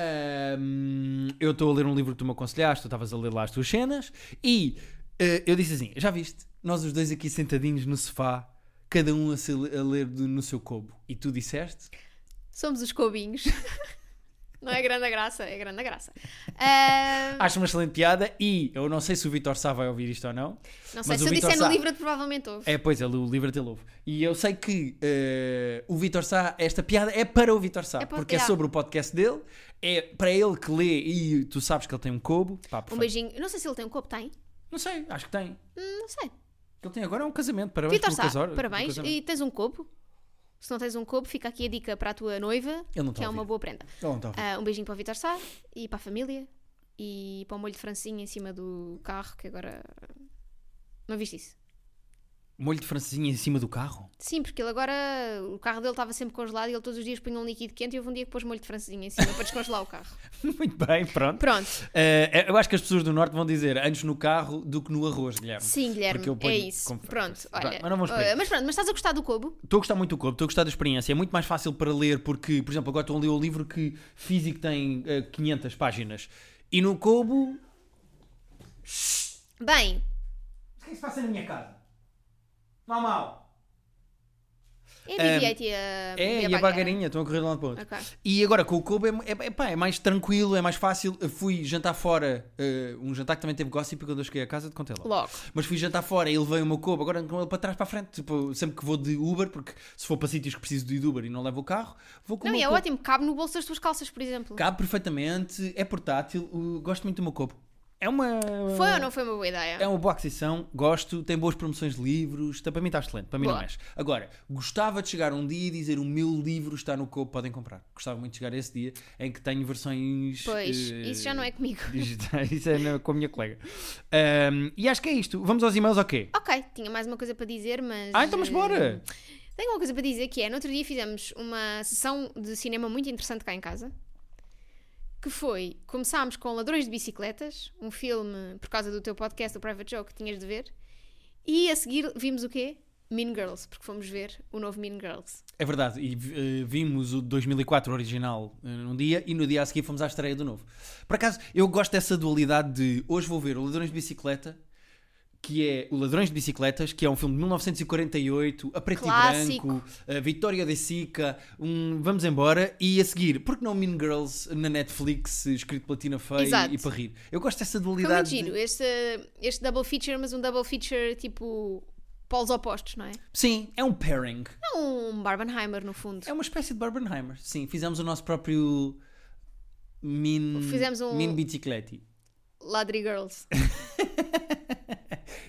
[SPEAKER 2] Ahm, eu estou a ler um livro que tu me aconselhaste, tu estavas a ler lá as tuas cenas. E eh, eu disse assim: já viste? Nós os dois aqui sentadinhos no sofá, cada um a, se- a ler do- no seu cubo. E tu disseste:
[SPEAKER 1] Somos os Cobinhos. Não é grande a graça, é grande a graça. Ah, Ahm,
[SPEAKER 2] acho uma excelente piada. E eu não sei se o Vitor Sá vai ouvir isto ou não.
[SPEAKER 1] Não sei,
[SPEAKER 2] Mas
[SPEAKER 1] se
[SPEAKER 2] o
[SPEAKER 1] eu
[SPEAKER 2] Vítor
[SPEAKER 1] disser no
[SPEAKER 2] Sá-
[SPEAKER 1] livro, provavelmente houve.
[SPEAKER 2] É, pois, ele, o livro até louvo. E eu sei que eh, o Vitor Sá, esta piada é para o Vitor Sá,
[SPEAKER 1] É para-
[SPEAKER 2] porque é
[SPEAKER 1] yeah.
[SPEAKER 2] sobre o podcast dele, é para ele que lê e tu sabes que ele tem um cobo. Pá,
[SPEAKER 1] Um
[SPEAKER 2] perfeito.
[SPEAKER 1] beijinho. Eu Não sei se ele tem um copo, tem?
[SPEAKER 2] Não sei, acho que tem.
[SPEAKER 1] Hum, Não sei.
[SPEAKER 2] Ele tem agora um casamento, parabéns
[SPEAKER 1] Vitor
[SPEAKER 2] pelo
[SPEAKER 1] Sá,
[SPEAKER 2] casório-
[SPEAKER 1] parabéns.
[SPEAKER 2] pelo casamento.
[SPEAKER 1] E tens um copo? Se não tens um copo, fica aqui a dica para a tua noiva,
[SPEAKER 2] Ele não
[SPEAKER 1] que
[SPEAKER 2] tá a
[SPEAKER 1] é uma
[SPEAKER 2] ouvir.
[SPEAKER 1] boa prenda.
[SPEAKER 2] Ele não está a ouvir.
[SPEAKER 1] Ah, um beijinho para o Vitor Sá e para a família e para o molho de francinha em cima do carro, que agora. Não viste isso? Ah.
[SPEAKER 2] Molho de francesinha em cima do carro?
[SPEAKER 1] Sim, porque ele agora. O carro dele estava sempre congelado e ele todos os dias punha um líquido quente e houve um dia que pôs molho de francesinha em cima para descongelar o carro.
[SPEAKER 2] Muito bem, pronto.
[SPEAKER 1] Pronto.
[SPEAKER 2] Eh, eu acho que as pessoas do Norte vão dizer antes no carro do que no arroz, Guilherme.
[SPEAKER 1] Sim, Guilherme,
[SPEAKER 2] Porque eu ponho-
[SPEAKER 1] é isso.
[SPEAKER 2] confesso.
[SPEAKER 1] Pronto,
[SPEAKER 2] Pronto,
[SPEAKER 1] olha.
[SPEAKER 2] mas não vamos por aí.
[SPEAKER 1] mas pronto, mas estás a gostar do Cobo?
[SPEAKER 2] Estou a gostar muito do clube, estou a gostar da experiência. É muito mais fácil para ler porque, por exemplo, agora estou a ler o livro que físico tem eh, 500 páginas. E no Kobo.
[SPEAKER 1] Bem,
[SPEAKER 2] O que é que se passa na minha casa? Mal, mal.
[SPEAKER 1] É a BB-8 e a.
[SPEAKER 2] É, e a bagarinha, estão a correr de um lado para o outro.
[SPEAKER 1] Ok.
[SPEAKER 2] E agora com o Kobo é, é- é pá, é mais tranquilo, é mais fácil. Eu fui jantar fora, eh, um jantar que também teve gossip, e quando eu cheguei a casa, te contei logo.
[SPEAKER 1] Logo.
[SPEAKER 2] Mas fui jantar fora e levei o meu Kobo, agora com ele para trás, para a frente. Tipo, sempre que vou de Uber, porque se for para sítios que preciso de ir de Uber e não levo o carro, vou com
[SPEAKER 1] Não,
[SPEAKER 2] o
[SPEAKER 1] e
[SPEAKER 2] meu
[SPEAKER 1] é
[SPEAKER 2] Kobo.
[SPEAKER 1] ótimo, cabe no bolso das tuas calças, por exemplo.
[SPEAKER 2] Cabe perfeitamente, é portátil, o- gosto muito do meu copo. É uma.
[SPEAKER 1] Foi ou não foi uma boa ideia?
[SPEAKER 2] É uma boa aquisição, gosto, tem boas promoções de livros, tá- para mim está excelente, para mim
[SPEAKER 1] Boa.
[SPEAKER 2] não és. Agora, gostava de chegar um dia e dizer o meu livro está no copo, podem comprar. Gostava muito de chegar a esse dia em que tenho versões.
[SPEAKER 1] Pois,
[SPEAKER 2] eh,
[SPEAKER 1] isso já não é comigo.
[SPEAKER 2] digitais, isso é na- com a minha colega. Ahm, e acho que é isto. Vamos aos e-mails ou quê?
[SPEAKER 1] Ok, tinha mais uma coisa para dizer, mas.
[SPEAKER 2] Ah, então mas bora!
[SPEAKER 1] eh, Tenho uma coisa para dizer que é: no outro dia fizemos uma sessão de cinema muito interessante cá em casa. Que foi, começámos com Ladrões de Bicicletas, um filme por causa do teu podcast, do Private Joe, que tinhas de ver. E a seguir vimos o quê? Mean Girls, porque fomos ver o novo Mean Girls.
[SPEAKER 2] É verdade, e eh, vimos o 2004 original eh, num dia e no dia a seguir fomos à estreia do novo. Por acaso, eu gosto dessa dualidade de hoje vou ver o Ladrões de Bicicleta, que é o Ladrões de Bicicletas, que é um filme de 1948, a preto
[SPEAKER 1] Clássico.
[SPEAKER 2] e branco, a Vitória da Sica, um Vamos Embora, e a seguir, por que não Mean Girls na Netflix, escrito pela Tina Fey
[SPEAKER 1] Exato.
[SPEAKER 2] e para rir? Eu gosto dessa
[SPEAKER 1] Foi muito
[SPEAKER 2] dualidade. de-
[SPEAKER 1] giro, este, este double feature, mas um double feature tipo polos opostos, não é?
[SPEAKER 2] Sim, é um pairing.
[SPEAKER 1] É um Barbenheimer, no fundo.
[SPEAKER 2] É uma espécie de Barbenheimer. Sim, fizemos o nosso próprio Min,
[SPEAKER 1] Fizemos um-
[SPEAKER 2] min Bicicletti.
[SPEAKER 1] Ladri Girls.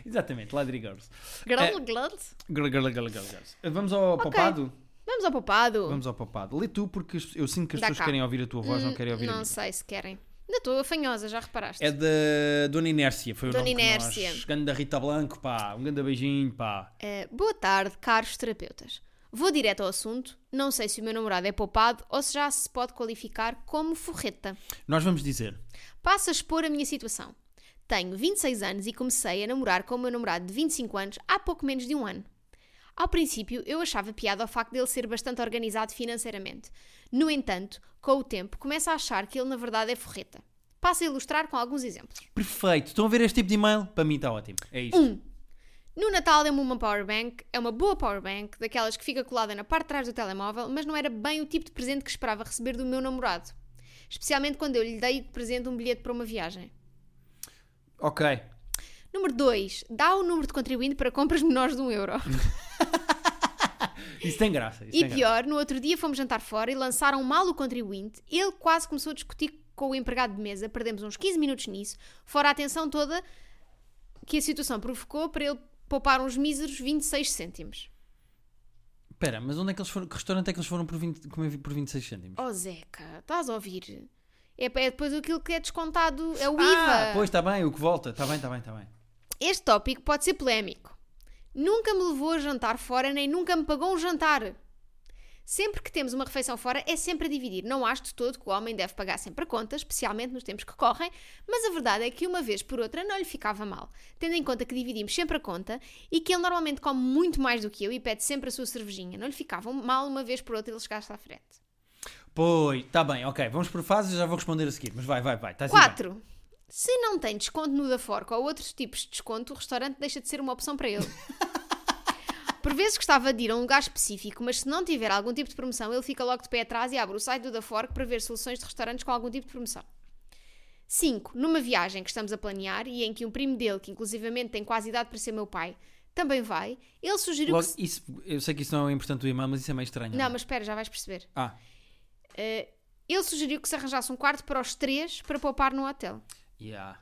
[SPEAKER 2] Exatamente, Ladri Girls.
[SPEAKER 1] Girl,
[SPEAKER 2] É.
[SPEAKER 1] girls?
[SPEAKER 2] Girl, girl, girl, girl, girls. Vamos ao papado?
[SPEAKER 1] Vamos ao papado.
[SPEAKER 2] Vamos ao papado. Lê tu, porque eu sinto que as
[SPEAKER 1] Dá
[SPEAKER 2] pessoas
[SPEAKER 1] cá. Hum,
[SPEAKER 2] querem ouvir a tua voz, não querem ouvir a
[SPEAKER 1] Não
[SPEAKER 2] minha.
[SPEAKER 1] sei se querem. Ainda estou afanhosa, já reparaste.
[SPEAKER 2] É da Dona Inércia, foi o
[SPEAKER 1] Dona
[SPEAKER 2] nome
[SPEAKER 1] Inércia.
[SPEAKER 2] que nós... Ganda Rita Blanco, pá. Um grande beijinho, pá.
[SPEAKER 1] Eh, boa tarde, caros terapeutas. Vou direto ao assunto. Não sei se o meu namorado é poupado ou se já se pode qualificar como forreta.
[SPEAKER 2] Nós vamos dizer.
[SPEAKER 1] Passo a expor a minha situação. Tenho 26 anos e comecei a namorar com o meu namorado de 25 anos há pouco menos de um ano. Ao princípio, eu achava piada ao facto dele ser bastante organizado financeiramente. No entanto, com o tempo, começo a achar que ele na verdade é forreta. Passo a ilustrar com alguns exemplos.
[SPEAKER 2] Perfeito. Estão a ver este tipo de e-mail? Para mim está ótimo. É isto.
[SPEAKER 1] Um. No Natal deu-me uma powerbank, é uma boa powerbank, daquelas que fica colada na parte de trás do telemóvel, mas não era bem o tipo de presente que esperava receber do meu namorado. Especialmente quando eu lhe dei de presente um bilhete para uma viagem.
[SPEAKER 2] Ok.
[SPEAKER 1] Número 2. Dá o número de contribuinte para compras menores de um euro.
[SPEAKER 2] Isso tem graça. Isso
[SPEAKER 1] E
[SPEAKER 2] tem graça.
[SPEAKER 1] pior, no outro dia fomos jantar fora e lançaram mal o contribuinte. Ele quase começou a discutir com o empregado de mesa, perdemos uns 15 minutos nisso, fora a atenção toda que a situação provocou para ele poupar uns míseros 26 cêntimos.
[SPEAKER 2] Espera, mas onde é que eles foram? Que restaurante é que eles foram por, 20, comer por 26 cêntimos?
[SPEAKER 1] Oh Zeca, estás a ouvir? É, é depois aquilo que é descontado, é o
[SPEAKER 2] Ah,
[SPEAKER 1] IVA.
[SPEAKER 2] pois está bem, o que volta. Está bem, está bem, está bem.
[SPEAKER 1] Este tópico pode ser polémico. Nunca me levou a jantar fora, nem nunca me pagou um jantar. Sempre que temos uma refeição fora, é sempre a dividir. Não acho de todo que o homem deve pagar sempre a conta, especialmente nos tempos que correm, mas a verdade é que uma vez por outra não lhe ficava mal, tendo em conta que dividimos sempre a conta e que ele normalmente come muito mais do que eu e pede sempre a sua cervejinha. Não lhe ficava mal uma vez por outra ele chegasse à frente.
[SPEAKER 2] Pois, está bem, ok. Vamos por fases, já vou responder a seguir. Mas vai, vai, vai. Estás a ir bem.
[SPEAKER 1] 4. Se não tem desconto no da Forca ou outros tipos de desconto, o restaurante deixa de ser uma opção para ele. Por vezes gostava de ir a um lugar específico, mas se não tiver algum tipo de promoção, ele fica logo de pé atrás e abre o site do da Forca para ver soluções de restaurantes com algum tipo de promoção. 5. Numa viagem que estamos a planear e em que um primo dele, que inclusivamente tem quase idade para ser meu pai, também vai, ele sugeriu
[SPEAKER 2] Logo,
[SPEAKER 1] que. se-
[SPEAKER 2] isso, eu sei que isso não é importante do e-mail, mas isso é meio estranho.
[SPEAKER 1] Não, mas espera, já vais perceber.
[SPEAKER 2] Ah,
[SPEAKER 1] Ele sugeriu que se arranjasse um quarto para os três para poupar no hotel.
[SPEAKER 2] yeah.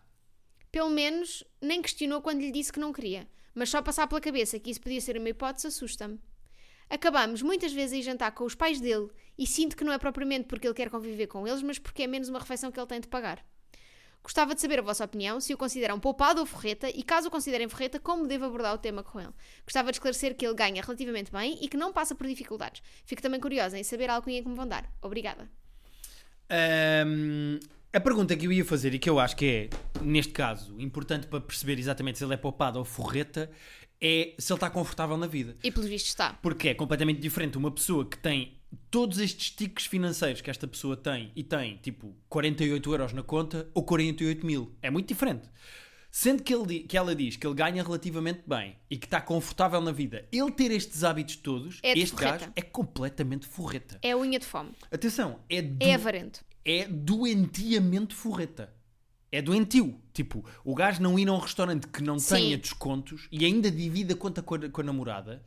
[SPEAKER 1] Pelo menos nem questionou quando lhe disse que não queria, mas só passar pela cabeça que isso podia ser uma hipótese assusta-me. Acabamos muitas vezes a ir jantar com os pais dele e sinto que não é propriamente porque ele quer conviver com eles, mas porque é menos uma refeição que ele tem de pagar. Gostava de saber a vossa opinião, se o consideram poupado ou forreta e, caso o considerem forreta, como devo abordar o tema com ele. Gostava de esclarecer que ele ganha relativamente bem e que não passa por dificuldades. Fico também curiosa em saber a alcunha que me vão dar. Obrigada.
[SPEAKER 2] Ahm, a pergunta que eu ia fazer e que eu acho que é, neste caso, importante para perceber exatamente se ele é poupado ou forreta, é se ele está confortável na vida.
[SPEAKER 1] E pelo visto está.
[SPEAKER 2] Porque é completamente diferente uma pessoa que tem todos estes tiques financeiros que esta pessoa tem e tem tipo 48 euros na conta ou 48 mil. É muito diferente. Sendo que, ele, di- que ela diz que ele ganha relativamente bem e que está confortável na vida, ele ter estes hábitos todos,
[SPEAKER 1] É de
[SPEAKER 2] este
[SPEAKER 1] forreta.
[SPEAKER 2] gajo é completamente forreta.
[SPEAKER 1] É a unha de fome.
[SPEAKER 2] Atenção, é, do,
[SPEAKER 1] É avarento.
[SPEAKER 2] é doentiamente forreta. É doentio. Tipo, o gajo não ir a um restaurante que não
[SPEAKER 1] Sim.
[SPEAKER 2] tenha descontos e ainda divide a conta com a, com a namorada.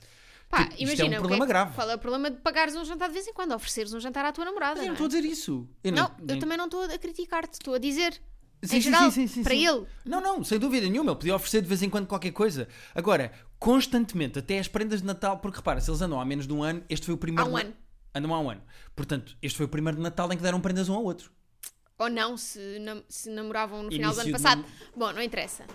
[SPEAKER 1] Pá,
[SPEAKER 2] Tipo, isto é um
[SPEAKER 1] imagina, o que
[SPEAKER 2] problema
[SPEAKER 1] que-
[SPEAKER 2] grave.
[SPEAKER 1] Qual é o problema de pagares um jantar de vez em quando? Ofereceres um jantar à tua namorada.
[SPEAKER 2] Mas eu não
[SPEAKER 1] não,
[SPEAKER 2] estou
[SPEAKER 1] é?
[SPEAKER 2] a dizer isso. Eu
[SPEAKER 1] Não, eu
[SPEAKER 2] nem-
[SPEAKER 1] também não estou a criticar-te, estou a dizer.
[SPEAKER 2] Sim,
[SPEAKER 1] em
[SPEAKER 2] sim,
[SPEAKER 1] geral,
[SPEAKER 2] sim, sim, sim,
[SPEAKER 1] para
[SPEAKER 2] sim.
[SPEAKER 1] ele.
[SPEAKER 2] Não, não, sem dúvida nenhuma. Ele podia oferecer de vez em quando qualquer coisa. Agora, constantemente, até as prendas de Natal, porque repara, se eles andam há menos de um ano, este foi o primeiro.
[SPEAKER 1] Há um
[SPEAKER 2] na-
[SPEAKER 1] ano.
[SPEAKER 2] Andam há um ano. Portanto, este foi o primeiro Natal em que deram prendas um ao outro.
[SPEAKER 1] Ou não, se, nam- se namoravam no final do ano
[SPEAKER 2] Início de
[SPEAKER 1] passado. Bom, não interessa.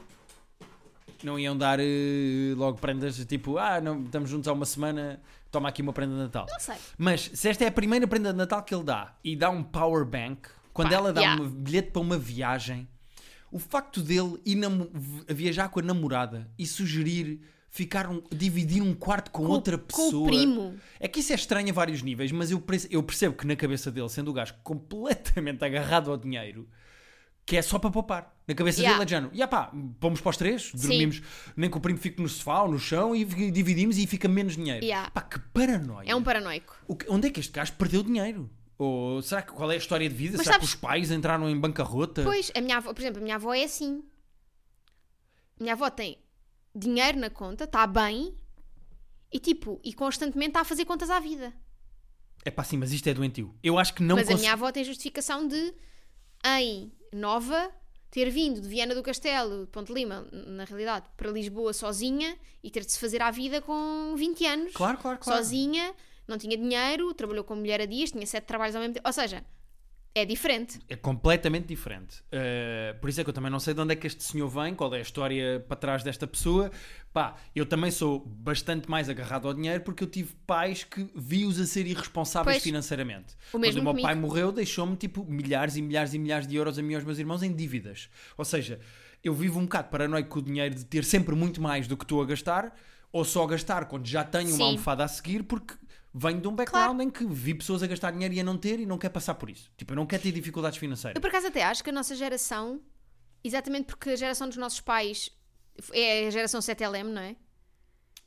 [SPEAKER 2] Não iam dar eh, logo prendas tipo, ah, não, estamos juntos há uma semana, toma aqui uma prenda de Natal.
[SPEAKER 1] Não sei.
[SPEAKER 2] Mas se esta é a primeira prenda de Natal que ele dá e dá um power bank, quando
[SPEAKER 1] Pá,
[SPEAKER 2] ela dá
[SPEAKER 1] yeah.
[SPEAKER 2] um bilhete para uma viagem, o facto dele ir namo- vi- a viajar com a namorada e sugerir ficar um, dividir um quarto com,
[SPEAKER 1] Com-
[SPEAKER 2] outra
[SPEAKER 1] com o
[SPEAKER 2] pessoa.
[SPEAKER 1] primo.
[SPEAKER 2] É que isso é estranho a vários níveis, mas eu, perce- eu percebo que na cabeça dele, sendo o gajo completamente agarrado ao dinheiro, que é só para poupar. Na cabeça
[SPEAKER 1] Yeah.
[SPEAKER 2] dele é de género. E pá, vamos para os três, dormimos, nem que o primo fique no sofá ou no chão e vi- dividimos e fica menos dinheiro.
[SPEAKER 1] Yeah.
[SPEAKER 2] Pá, que paranoia.
[SPEAKER 1] É um paranoico.
[SPEAKER 2] O que- onde é que este gajo perdeu dinheiro? Ou será que qual é a história de vida?
[SPEAKER 1] Mas
[SPEAKER 2] será
[SPEAKER 1] sabes-
[SPEAKER 2] que os pais entraram em bancarrota?
[SPEAKER 1] Pois, a minha avó, por exemplo, a minha avó é assim. A minha avó tem dinheiro na conta, está bem, e tipo, e constantemente está a fazer contas à vida.
[SPEAKER 2] É pá, sim, mas isto é doentio. Eu acho que não
[SPEAKER 1] Mas a
[SPEAKER 2] consigo.
[SPEAKER 1] minha avó tem justificação de, em Nova, ter vindo de Viana do Castelo, de Ponte Lima, na realidade, para Lisboa sozinha e ter de se fazer à vida com 20 anos.
[SPEAKER 2] Claro, claro, claro.
[SPEAKER 1] Sozinha, não tinha dinheiro, trabalhou como mulher a dias, tinha sete trabalhos ao mesmo tempo. Ou seja, é diferente.
[SPEAKER 2] É completamente diferente. Uh, por isso é que eu também não sei de onde é que este senhor vem, qual é a história para trás desta pessoa. Pá, eu também sou bastante mais agarrado ao dinheiro porque eu tive pais que vi-os a ser irresponsáveis
[SPEAKER 1] Pois.
[SPEAKER 2] financeiramente.
[SPEAKER 1] O mesmo
[SPEAKER 2] Quando o meu
[SPEAKER 1] comigo.
[SPEAKER 2] pai morreu, deixou-me tipo milhares e milhares e milhares de euros a mim e aos meus irmãos em dívidas. Ou seja, eu vivo um bocado paranoico com o dinheiro de ter sempre muito mais do que estou a gastar ou só gastar quando já tenho uma
[SPEAKER 1] Sim.
[SPEAKER 2] almofada a seguir porque venho de um background em que vi pessoas a gastar dinheiro e a não ter e não quero passar por isso. Tipo, eu não quero ter dificuldades financeiras.
[SPEAKER 1] Eu por acaso até acho que a nossa geração, exatamente porque a geração dos nossos pais é a geração 7LM, não é?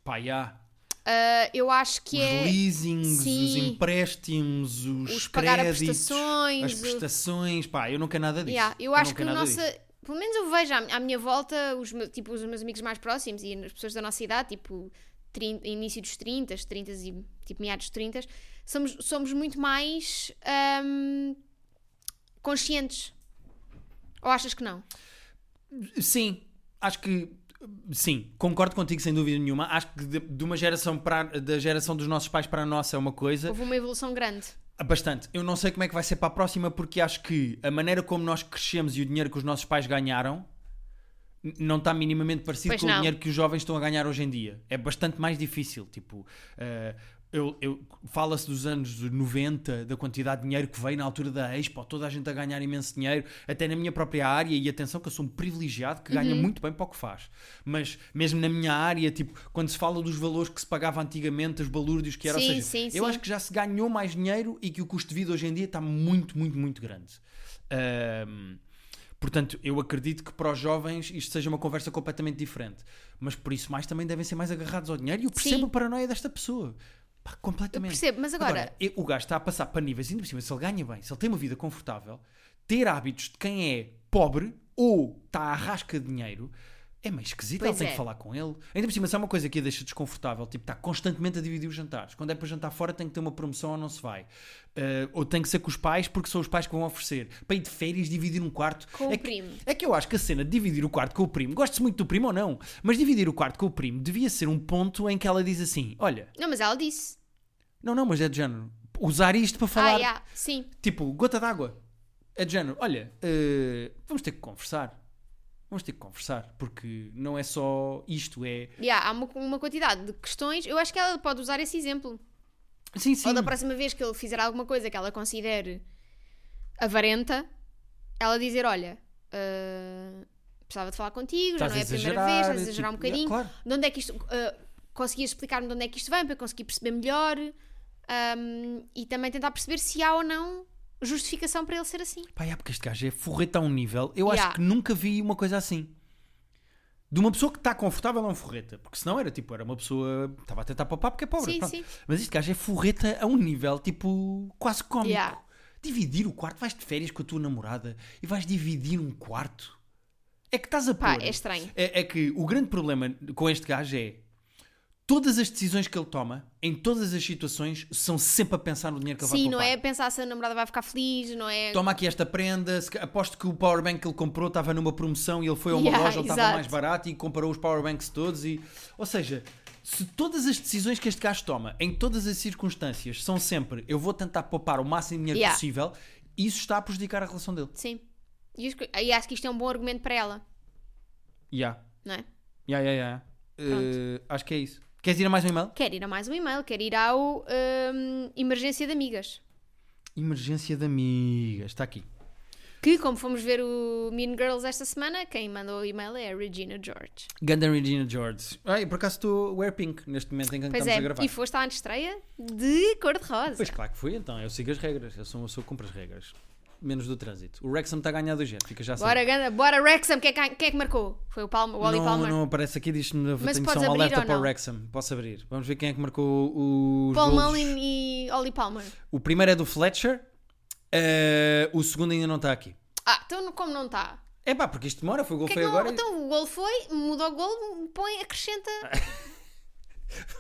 [SPEAKER 2] Pá, já.
[SPEAKER 1] Ah, eu acho que
[SPEAKER 2] os
[SPEAKER 1] é.
[SPEAKER 2] leasings, os
[SPEAKER 1] Sim.
[SPEAKER 2] empréstimos, os,
[SPEAKER 1] Os pagar a
[SPEAKER 2] créditos,
[SPEAKER 1] prestações,
[SPEAKER 2] as
[SPEAKER 1] o-
[SPEAKER 2] prestações, pá, eu não quero nada disso.
[SPEAKER 1] Yeah, eu
[SPEAKER 2] não
[SPEAKER 1] acho que
[SPEAKER 2] quero
[SPEAKER 1] a
[SPEAKER 2] nada
[SPEAKER 1] nossa.
[SPEAKER 2] disso.
[SPEAKER 1] Pelo menos eu vejo à, à minha volta os, meus- tipo, os meus amigos mais próximos e as pessoas da nossa idade, tipo 30, início dos 30, 30 e tipo meados dos 30, somos, somos muito mais ahm, conscientes. Ou achas que não?
[SPEAKER 2] Sim, acho que sim, concordo contigo sem dúvida nenhuma. Acho que de, de uma geração para da geração dos nossos pais para a nossa é uma coisa,
[SPEAKER 1] Houve uma evolução grande.
[SPEAKER 2] bastante. Eu não sei como é que vai ser para a próxima porque acho que a maneira como nós crescemos e o dinheiro que os nossos pais ganharam n- não está minimamente parecido
[SPEAKER 1] Pois
[SPEAKER 2] com o
[SPEAKER 1] não.
[SPEAKER 2] dinheiro que os jovens estão a ganhar hoje em dia. É bastante mais difícil, tipo, eh, eu, eu- fala-se dos anos 90, da quantidade de dinheiro que veio na altura da Expo, toda a gente a ganhar imenso dinheiro, até na minha própria área, e atenção que eu sou um privilegiado que
[SPEAKER 1] Uhum.
[SPEAKER 2] ganha muito bem para o que faz. Mas mesmo na minha área, tipo, quando se fala dos valores que se pagava antigamente, os balúrdios que era,
[SPEAKER 1] Sim,
[SPEAKER 2] ou seja,
[SPEAKER 1] sim,
[SPEAKER 2] eu
[SPEAKER 1] sim.
[SPEAKER 2] acho que já se ganhou mais dinheiro e que o custo de vida hoje em dia está muito, muito, muito grande. Ahm, Portanto, eu acredito que para os jovens isto seja uma conversa completamente diferente. Mas por isso mais também devem ser mais agarrados ao dinheiro e eu percebo
[SPEAKER 1] Sim.
[SPEAKER 2] a paranoia desta pessoa. Pá, completamente.
[SPEAKER 1] Percebo, mas agora,
[SPEAKER 2] eu- o gajo está a passar para níveis, ainda por cima, se ele ganha bem, se ele tem uma vida confortável, ter hábitos de quem é pobre ou está à rasca de dinheiro é meio esquisito.
[SPEAKER 1] Pois
[SPEAKER 2] ele tem
[SPEAKER 1] é.
[SPEAKER 2] que falar com ele. Ainda por cima, se há uma coisa que a deixa desconfortável, tipo, está constantemente a dividir os jantares. Quando é para jantar fora, tem que ter uma promoção ou não se vai. Eh, ou tem que ser com os pais, porque são os pais que vão oferecer. Para ir de férias, dividir um quarto.
[SPEAKER 1] Com o
[SPEAKER 2] é que-
[SPEAKER 1] primo.
[SPEAKER 2] é que eu acho que a cena de dividir o quarto com o primo, gosto muito do primo ou não, mas dividir o quarto com o primo devia ser um ponto em que ela diz assim: olha,
[SPEAKER 1] não, mas ela disse.
[SPEAKER 2] não, não, mas é de género. Usar isto para
[SPEAKER 1] Ah,
[SPEAKER 2] falar,
[SPEAKER 1] yeah, sim.
[SPEAKER 2] tipo, gota d'água. É de género, olha, eh, vamos ter que conversar. Vamos ter que conversar, porque não é só isto, é.
[SPEAKER 1] Yeah, há uma, uma quantidade de questões. Eu acho que ela pode usar esse exemplo.
[SPEAKER 2] Sim, sim.
[SPEAKER 1] Ou da próxima vez que ele fizer alguma coisa que ela considere avarenta, ela dizer: Olha, ah, precisava de falar contigo, já
[SPEAKER 2] Estás
[SPEAKER 1] não é
[SPEAKER 2] a
[SPEAKER 1] a primeira
[SPEAKER 2] exagerar,
[SPEAKER 1] vez, estás a
[SPEAKER 2] tipo,
[SPEAKER 1] exagerar um
[SPEAKER 2] yeah,
[SPEAKER 1] bocadinho.
[SPEAKER 2] claro.
[SPEAKER 1] De onde é que isto. ah, conseguias explicar-me de onde é que isto vem para eu conseguir perceber melhor Ahm, e também tentar perceber se há ou não justificação para ele ser assim.
[SPEAKER 2] Pá, é porque este gajo é forreta a um nível. Eu
[SPEAKER 1] Yeah.
[SPEAKER 2] acho que nunca vi uma coisa assim. De uma pessoa que está confortável a um forreta. Porque senão era tipo, era uma pessoa. Estava a tentar papar porque é pobre.
[SPEAKER 1] Sim,
[SPEAKER 2] pronto.
[SPEAKER 1] sim.
[SPEAKER 2] Mas este gajo é forreta a um nível tipo quase cómico.
[SPEAKER 1] Yeah.
[SPEAKER 2] Dividir o quarto, vais de férias com a tua namorada e vais dividir um quarto. É que estás a
[SPEAKER 1] Pá,
[SPEAKER 2] pôr.
[SPEAKER 1] é estranho.
[SPEAKER 2] É, é que o grande problema com este gajo é todas as decisões que ele toma, em todas as situações, são sempre a pensar no dinheiro que ele vai
[SPEAKER 1] Sim, não
[SPEAKER 2] poupar
[SPEAKER 1] é pensar se a namorada vai ficar feliz, não é.
[SPEAKER 2] toma aqui esta prenda, se ca- aposto que o powerbank que ele comprou estava numa promoção e ele foi a uma
[SPEAKER 1] Yeah,
[SPEAKER 2] loja onde estava
[SPEAKER 1] exato.
[SPEAKER 2] mais barato e comparou os powerbanks todos e... Ou seja, se todas as decisões que este gajo toma, em todas as circunstâncias, são sempre eu vou tentar poupar o máximo de dinheiro
[SPEAKER 1] Yeah.
[SPEAKER 2] possível, isso está a prejudicar a relação dele.
[SPEAKER 1] Sim. E os co- e acho que isto é um bom argumento para ela,
[SPEAKER 2] Yeah.
[SPEAKER 1] não é?
[SPEAKER 2] Yeah, yeah, yeah. Eh, acho que é isso. Queres ir a mais um e-mail?
[SPEAKER 1] Quer ir a mais um e-mail, quer ir ao hum, Emergência de Amigas.
[SPEAKER 2] Emergência de amigas, está aqui.
[SPEAKER 1] Que, como fomos ver o Mean Girls esta semana, quem mandou o e-mail é a Regina George.
[SPEAKER 2] Ganda Regina George. Ai, por acaso estou wear pink neste momento em que
[SPEAKER 1] Pois
[SPEAKER 2] estamos a gravar.
[SPEAKER 1] é, e foste à estreia de cor-de-rosa.
[SPEAKER 2] Pois claro que fui, então. Eu sigo as regras. Eu sou uma pessoa que cumpre as regras. Menos do trânsito. O Wrexham está a ganhar do jeito. Fica já a saber.
[SPEAKER 1] Bora, ganda, bora, Wrexham, quem é, que- quem é que marcou? Foi o, Palmer, o Wally
[SPEAKER 2] não,
[SPEAKER 1] Palmer.
[SPEAKER 2] não aparece aqui, diz-me
[SPEAKER 1] Mas
[SPEAKER 2] tenho
[SPEAKER 1] podes
[SPEAKER 2] só um
[SPEAKER 1] abrir
[SPEAKER 2] alerta
[SPEAKER 1] ou
[SPEAKER 2] para o
[SPEAKER 1] não?
[SPEAKER 2] Wrexham. Posso abrir. Vamos ver quem é que marcou os
[SPEAKER 1] Paul
[SPEAKER 2] golos.
[SPEAKER 1] Mullin e Ollie Palmer.
[SPEAKER 2] O primeiro é do Fletcher. eh, o segundo ainda não está aqui.
[SPEAKER 1] Ah, então como não está?
[SPEAKER 2] É pá, porque isto demora. Foi o gol
[SPEAKER 1] Que é que
[SPEAKER 2] foi
[SPEAKER 1] não-
[SPEAKER 2] agora. Ah, e-
[SPEAKER 1] Então o gol foi, muda o gol, põe, acrescenta.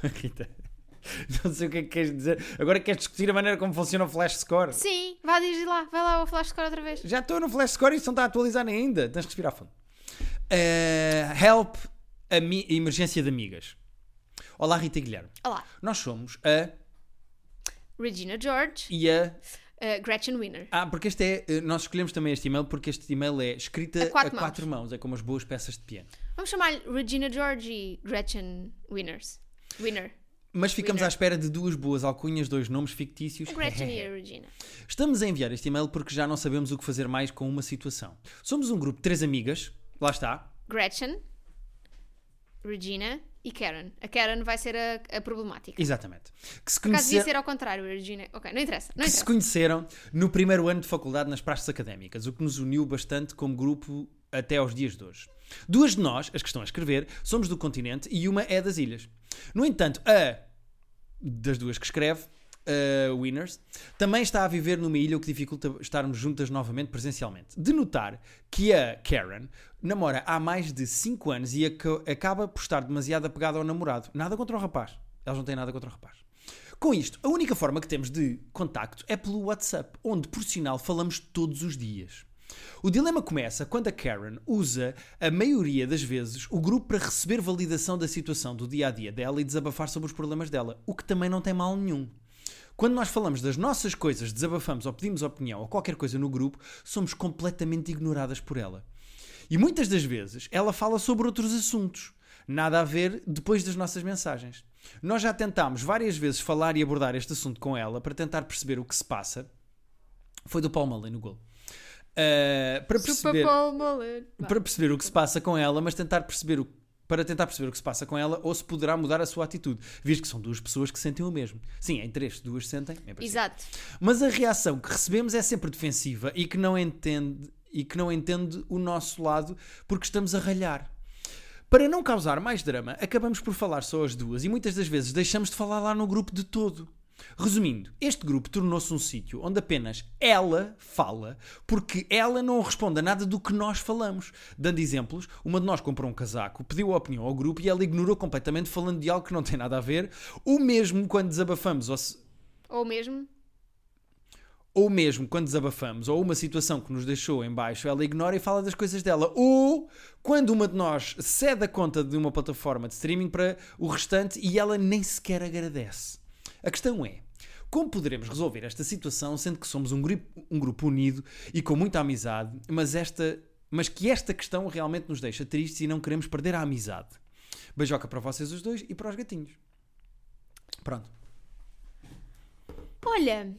[SPEAKER 2] Rita, tá. não sei o que é que queres dizer. Agora queres discutir a maneira como funciona o flash score.
[SPEAKER 1] Sim, vá, diz lá, vai lá ao flash score outra vez.
[SPEAKER 2] Já estou no flash score e isso não está a atualizar ainda. Tens que respirar fundo. Eh, help, ami- emergência de amigas. Olá, Rita e Guilherme.
[SPEAKER 1] Olá,
[SPEAKER 2] Nós somos a
[SPEAKER 1] Regina George,
[SPEAKER 2] e a.
[SPEAKER 1] eh, Gretchen Winner.
[SPEAKER 2] Ah, porque este é. eh, Nós escolhemos também este e-mail porque este e-mail é escrita
[SPEAKER 1] A quatro
[SPEAKER 2] a quatro mãos. É como as boas peças de piano.
[SPEAKER 1] Vamos chamar-lhe Regina George e Gretchen Winners. Winner.
[SPEAKER 2] Mas ficamos
[SPEAKER 1] Winner.
[SPEAKER 2] à espera de duas boas alcunhas, dois nomes fictícios.
[SPEAKER 1] é. A Gretchen e a Regina.
[SPEAKER 2] Estamos a enviar este e-mail porque já não sabemos o que fazer mais com uma situação. Somos um grupo de três amigas, lá está,
[SPEAKER 1] Gretchen, Regina e Karen. A Karen vai ser a, a problemática.
[SPEAKER 2] exatamente, que se,
[SPEAKER 1] Por acaso devia
[SPEAKER 2] conhece-
[SPEAKER 1] ser ao contrário, a Regina. Ok, não interessa. Não
[SPEAKER 2] é- que se
[SPEAKER 1] interessa.
[SPEAKER 2] conheceram no primeiro ano de faculdade nas praças académicas, o que nos uniu bastante como grupo até aos dias de hoje. Duas de nós, as que estão a escrever, somos do continente e uma é das ilhas. No entanto, a das duas que escreve, a Winners, também está a viver numa ilha, o que dificulta estarmos juntas novamente presencialmente. De notar que a Karen namora há mais de 5 anos e aca- acaba por estar demasiado apegada ao namorado. Nada contra o rapaz. Elas não têm nada contra o rapaz. Com isto, a única forma que temos de contacto é pelo WhatsApp, onde, por sinal, falamos todos os dias. O dilema começa quando a Karen usa, a maioria das vezes, o grupo para receber validação da situação do dia a dia dela e desabafar sobre os problemas dela, o que também não tem mal nenhum. Quando nós falamos das nossas coisas, desabafamos ou pedimos opinião ou qualquer coisa no grupo, somos completamente ignoradas por ela. E muitas das vezes ela fala sobre outros assuntos, nada a ver depois das nossas mensagens. Nós já tentámos várias vezes falar e abordar este assunto com ela para tentar perceber o que se passa. Foi do Paul Mullen no gol. Uh, para
[SPEAKER 1] Super
[SPEAKER 2] perceber
[SPEAKER 1] Paul Mullen. Vá.
[SPEAKER 2] para perceber o que se passa com ela, mas tentar perceber o para tentar perceber o que se passa com ela ou se poderá mudar a sua atitude, visto que são duas pessoas que sentem o mesmo. Sim, em três, duas sentem. é em princípio.
[SPEAKER 1] Exato.
[SPEAKER 2] Mas a reação que recebemos é sempre defensiva e que não entende e que não entende o nosso lado porque estamos a ralhar. Para não causar mais drama, acabamos por falar só as duas e muitas das vezes deixamos de falar lá no grupo de todo. Resumindo, este grupo tornou-se um sítio onde apenas ela fala, porque ela não responde a nada do que nós falamos. Dando exemplos, uma de nós comprou um casaco, pediu a opinião ao grupo e ela ignorou completamente, falando de algo que não tem nada a ver. O mesmo quando desabafamos ou se-
[SPEAKER 1] Ou mesmo.
[SPEAKER 2] ou mesmo quando desabafamos, ou uma situação que nos deixou em baixo, ela ignora e fala das coisas dela. Ou quando uma de nós cede a conta de uma plataforma de streaming para o restante e ela nem sequer agradece. A questão é, como poderemos resolver esta situação sendo que somos um grupo, um grupo unido e com muita amizade, mas, esta, mas que esta questão realmente nos deixa tristes e não queremos perder a amizade? Beijoca para vocês os dois e para os gatinhos. Pronto.
[SPEAKER 1] Olha,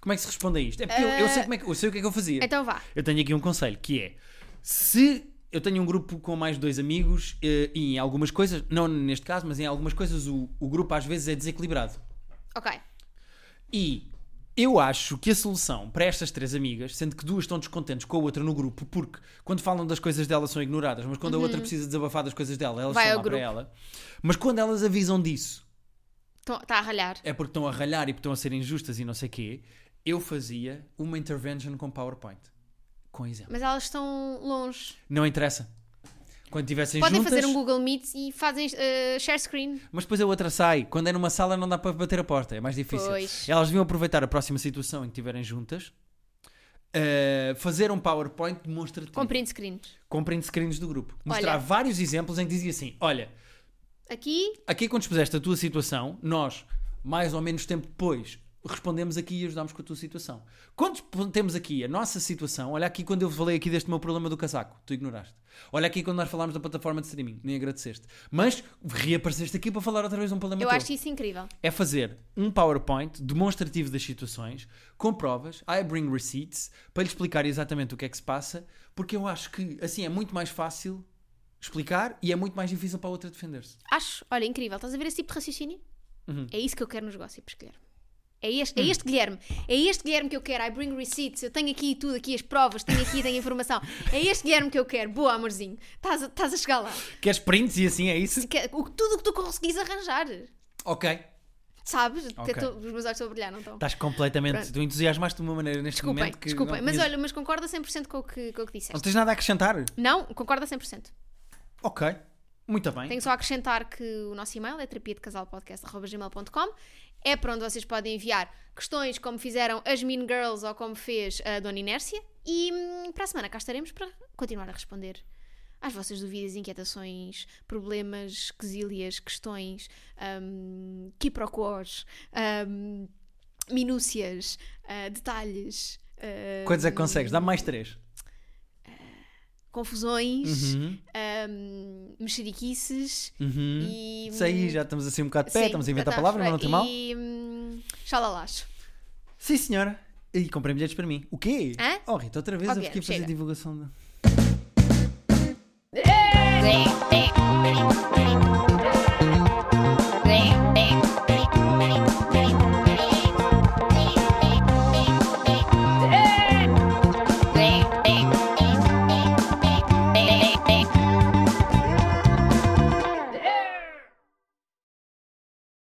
[SPEAKER 2] Como é que se responde a isto? É porque eu, eu sei como é que, eu sei o que é que eu fazia.
[SPEAKER 1] então vá.
[SPEAKER 2] Eu tenho aqui um conselho que é: se eu tenho um grupo com mais dois amigos eh, e em algumas coisas, não neste caso, mas em algumas coisas o, o grupo às vezes é desequilibrado.
[SPEAKER 1] Ok.
[SPEAKER 2] E eu acho que a solução para estas três amigas, sendo que duas estão descontentes com a outra no grupo, porque quando falam das coisas dela são ignoradas, mas quando a outra precisa desabafar das coisas dela, elas
[SPEAKER 1] Uhum. Vai
[SPEAKER 2] estão
[SPEAKER 1] ao
[SPEAKER 2] lá para
[SPEAKER 1] grupo.
[SPEAKER 2] ela. Mas quando elas avisam disso,
[SPEAKER 1] Está tá a ralhar.
[SPEAKER 2] é porque estão a ralhar e porque estão a ser injustas e não sei quê, eu fazia uma intervention com PowerPoint. Com exemplo.
[SPEAKER 1] Mas elas estão longe.
[SPEAKER 2] Não interessa. Quando tivessem
[SPEAKER 1] Podem
[SPEAKER 2] juntas,
[SPEAKER 1] fazer um Google Meet e fazem eh, share screen.
[SPEAKER 2] mas depois a outra sai. Quando é numa sala não dá para bater a porta, é mais difícil.
[SPEAKER 1] Pois.
[SPEAKER 2] Elas deviam aproveitar a próxima situação em que estiverem juntas, eh, fazer um PowerPoint demonstrativo
[SPEAKER 1] Com print screens.
[SPEAKER 2] com print screens do grupo. Mostrar
[SPEAKER 1] Olha.
[SPEAKER 2] vários exemplos em que dizia assim, olha,
[SPEAKER 1] Aqui,
[SPEAKER 2] aqui quando expuseste a tua situação, nós, mais ou menos tempo depois, respondemos aqui e ajudámos com a tua situação. Quando temos aqui a nossa situação, olha aqui quando eu falei aqui deste meu problema do casaco, tu ignoraste. Olha aqui quando nós falámos da plataforma de streaming, nem agradeceste. Mas reapareceste aqui para falar outra vez de um problema
[SPEAKER 1] Eu
[SPEAKER 2] teu.
[SPEAKER 1] acho isso incrível.
[SPEAKER 2] É fazer um PowerPoint demonstrativo das situações, com provas, I bring receipts, para lhe explicar exatamente o que é que se passa, porque eu acho que assim é muito mais fácil explicar e é muito mais difícil para a outra defender-se.
[SPEAKER 1] Acho, olha, incrível. Estás a ver esse tipo de raciocínio?
[SPEAKER 2] Uhum.
[SPEAKER 1] É isso que eu quero nos gossips, Guilherme. É este,
[SPEAKER 2] Hum.
[SPEAKER 1] é este Guilherme. É este Guilherme que eu quero. I bring receipts. Eu tenho aqui tudo, aqui as provas, tenho aqui, tenho a informação. É este Guilherme que eu quero. Boa, amorzinho. Estás a, estás a chegar lá.
[SPEAKER 2] Queres prints e assim é isso?
[SPEAKER 1] Que- o- tudo o que tu conseguis arranjar.
[SPEAKER 2] Ok.
[SPEAKER 1] Sabes? Que
[SPEAKER 2] Ok.
[SPEAKER 1] eu tô- os meus olhos estão a brilhar, não estão?
[SPEAKER 2] Estás completamente.
[SPEAKER 1] Pronto.
[SPEAKER 2] Tu entusiasmaste de uma maneira neste
[SPEAKER 1] Desculpem,
[SPEAKER 2] momento que.
[SPEAKER 1] desculpem.
[SPEAKER 2] não
[SPEAKER 1] Mas
[SPEAKER 2] tinhas-
[SPEAKER 1] olha, mas concorda 100% com o que, com o que
[SPEAKER 2] Não
[SPEAKER 1] disseste.
[SPEAKER 2] tens nada a acrescentar?
[SPEAKER 1] Não, concorda 100%.
[SPEAKER 2] Ok. Muito bem.
[SPEAKER 1] Tenho só a acrescentar que o nosso e-mail é terapia de casal É para onde vocês podem enviar questões como fizeram as Mean Girls ou como fez a Dona Inércia. E hum, para a semana cá estaremos para continuar a responder às vossas dúvidas, inquietações, problemas, quesílias, questões, hum, quiprocores, hum, minúcias, ah, detalhes, ah,
[SPEAKER 2] Quantos é que consegues? Dá-me mais três.
[SPEAKER 1] confusões,
[SPEAKER 2] Uhum.
[SPEAKER 1] hum, mexeriquices
[SPEAKER 2] Uhum.
[SPEAKER 1] e...
[SPEAKER 2] Isso aí, já estamos assim um bocado de pé,
[SPEAKER 1] Sim,
[SPEAKER 2] estamos a inventar
[SPEAKER 1] já
[SPEAKER 2] palavras, mas não tem mal.
[SPEAKER 1] E. Hum, xalalás.
[SPEAKER 2] Sim, senhora. E comprei bilhetes para mim. O quê?
[SPEAKER 1] Hã?
[SPEAKER 2] Oh, Rita, outra vez
[SPEAKER 1] Oh,
[SPEAKER 2] eu
[SPEAKER 1] Guilherme,
[SPEAKER 2] fiquei a fazer
[SPEAKER 1] chega.
[SPEAKER 2] divulgação. De...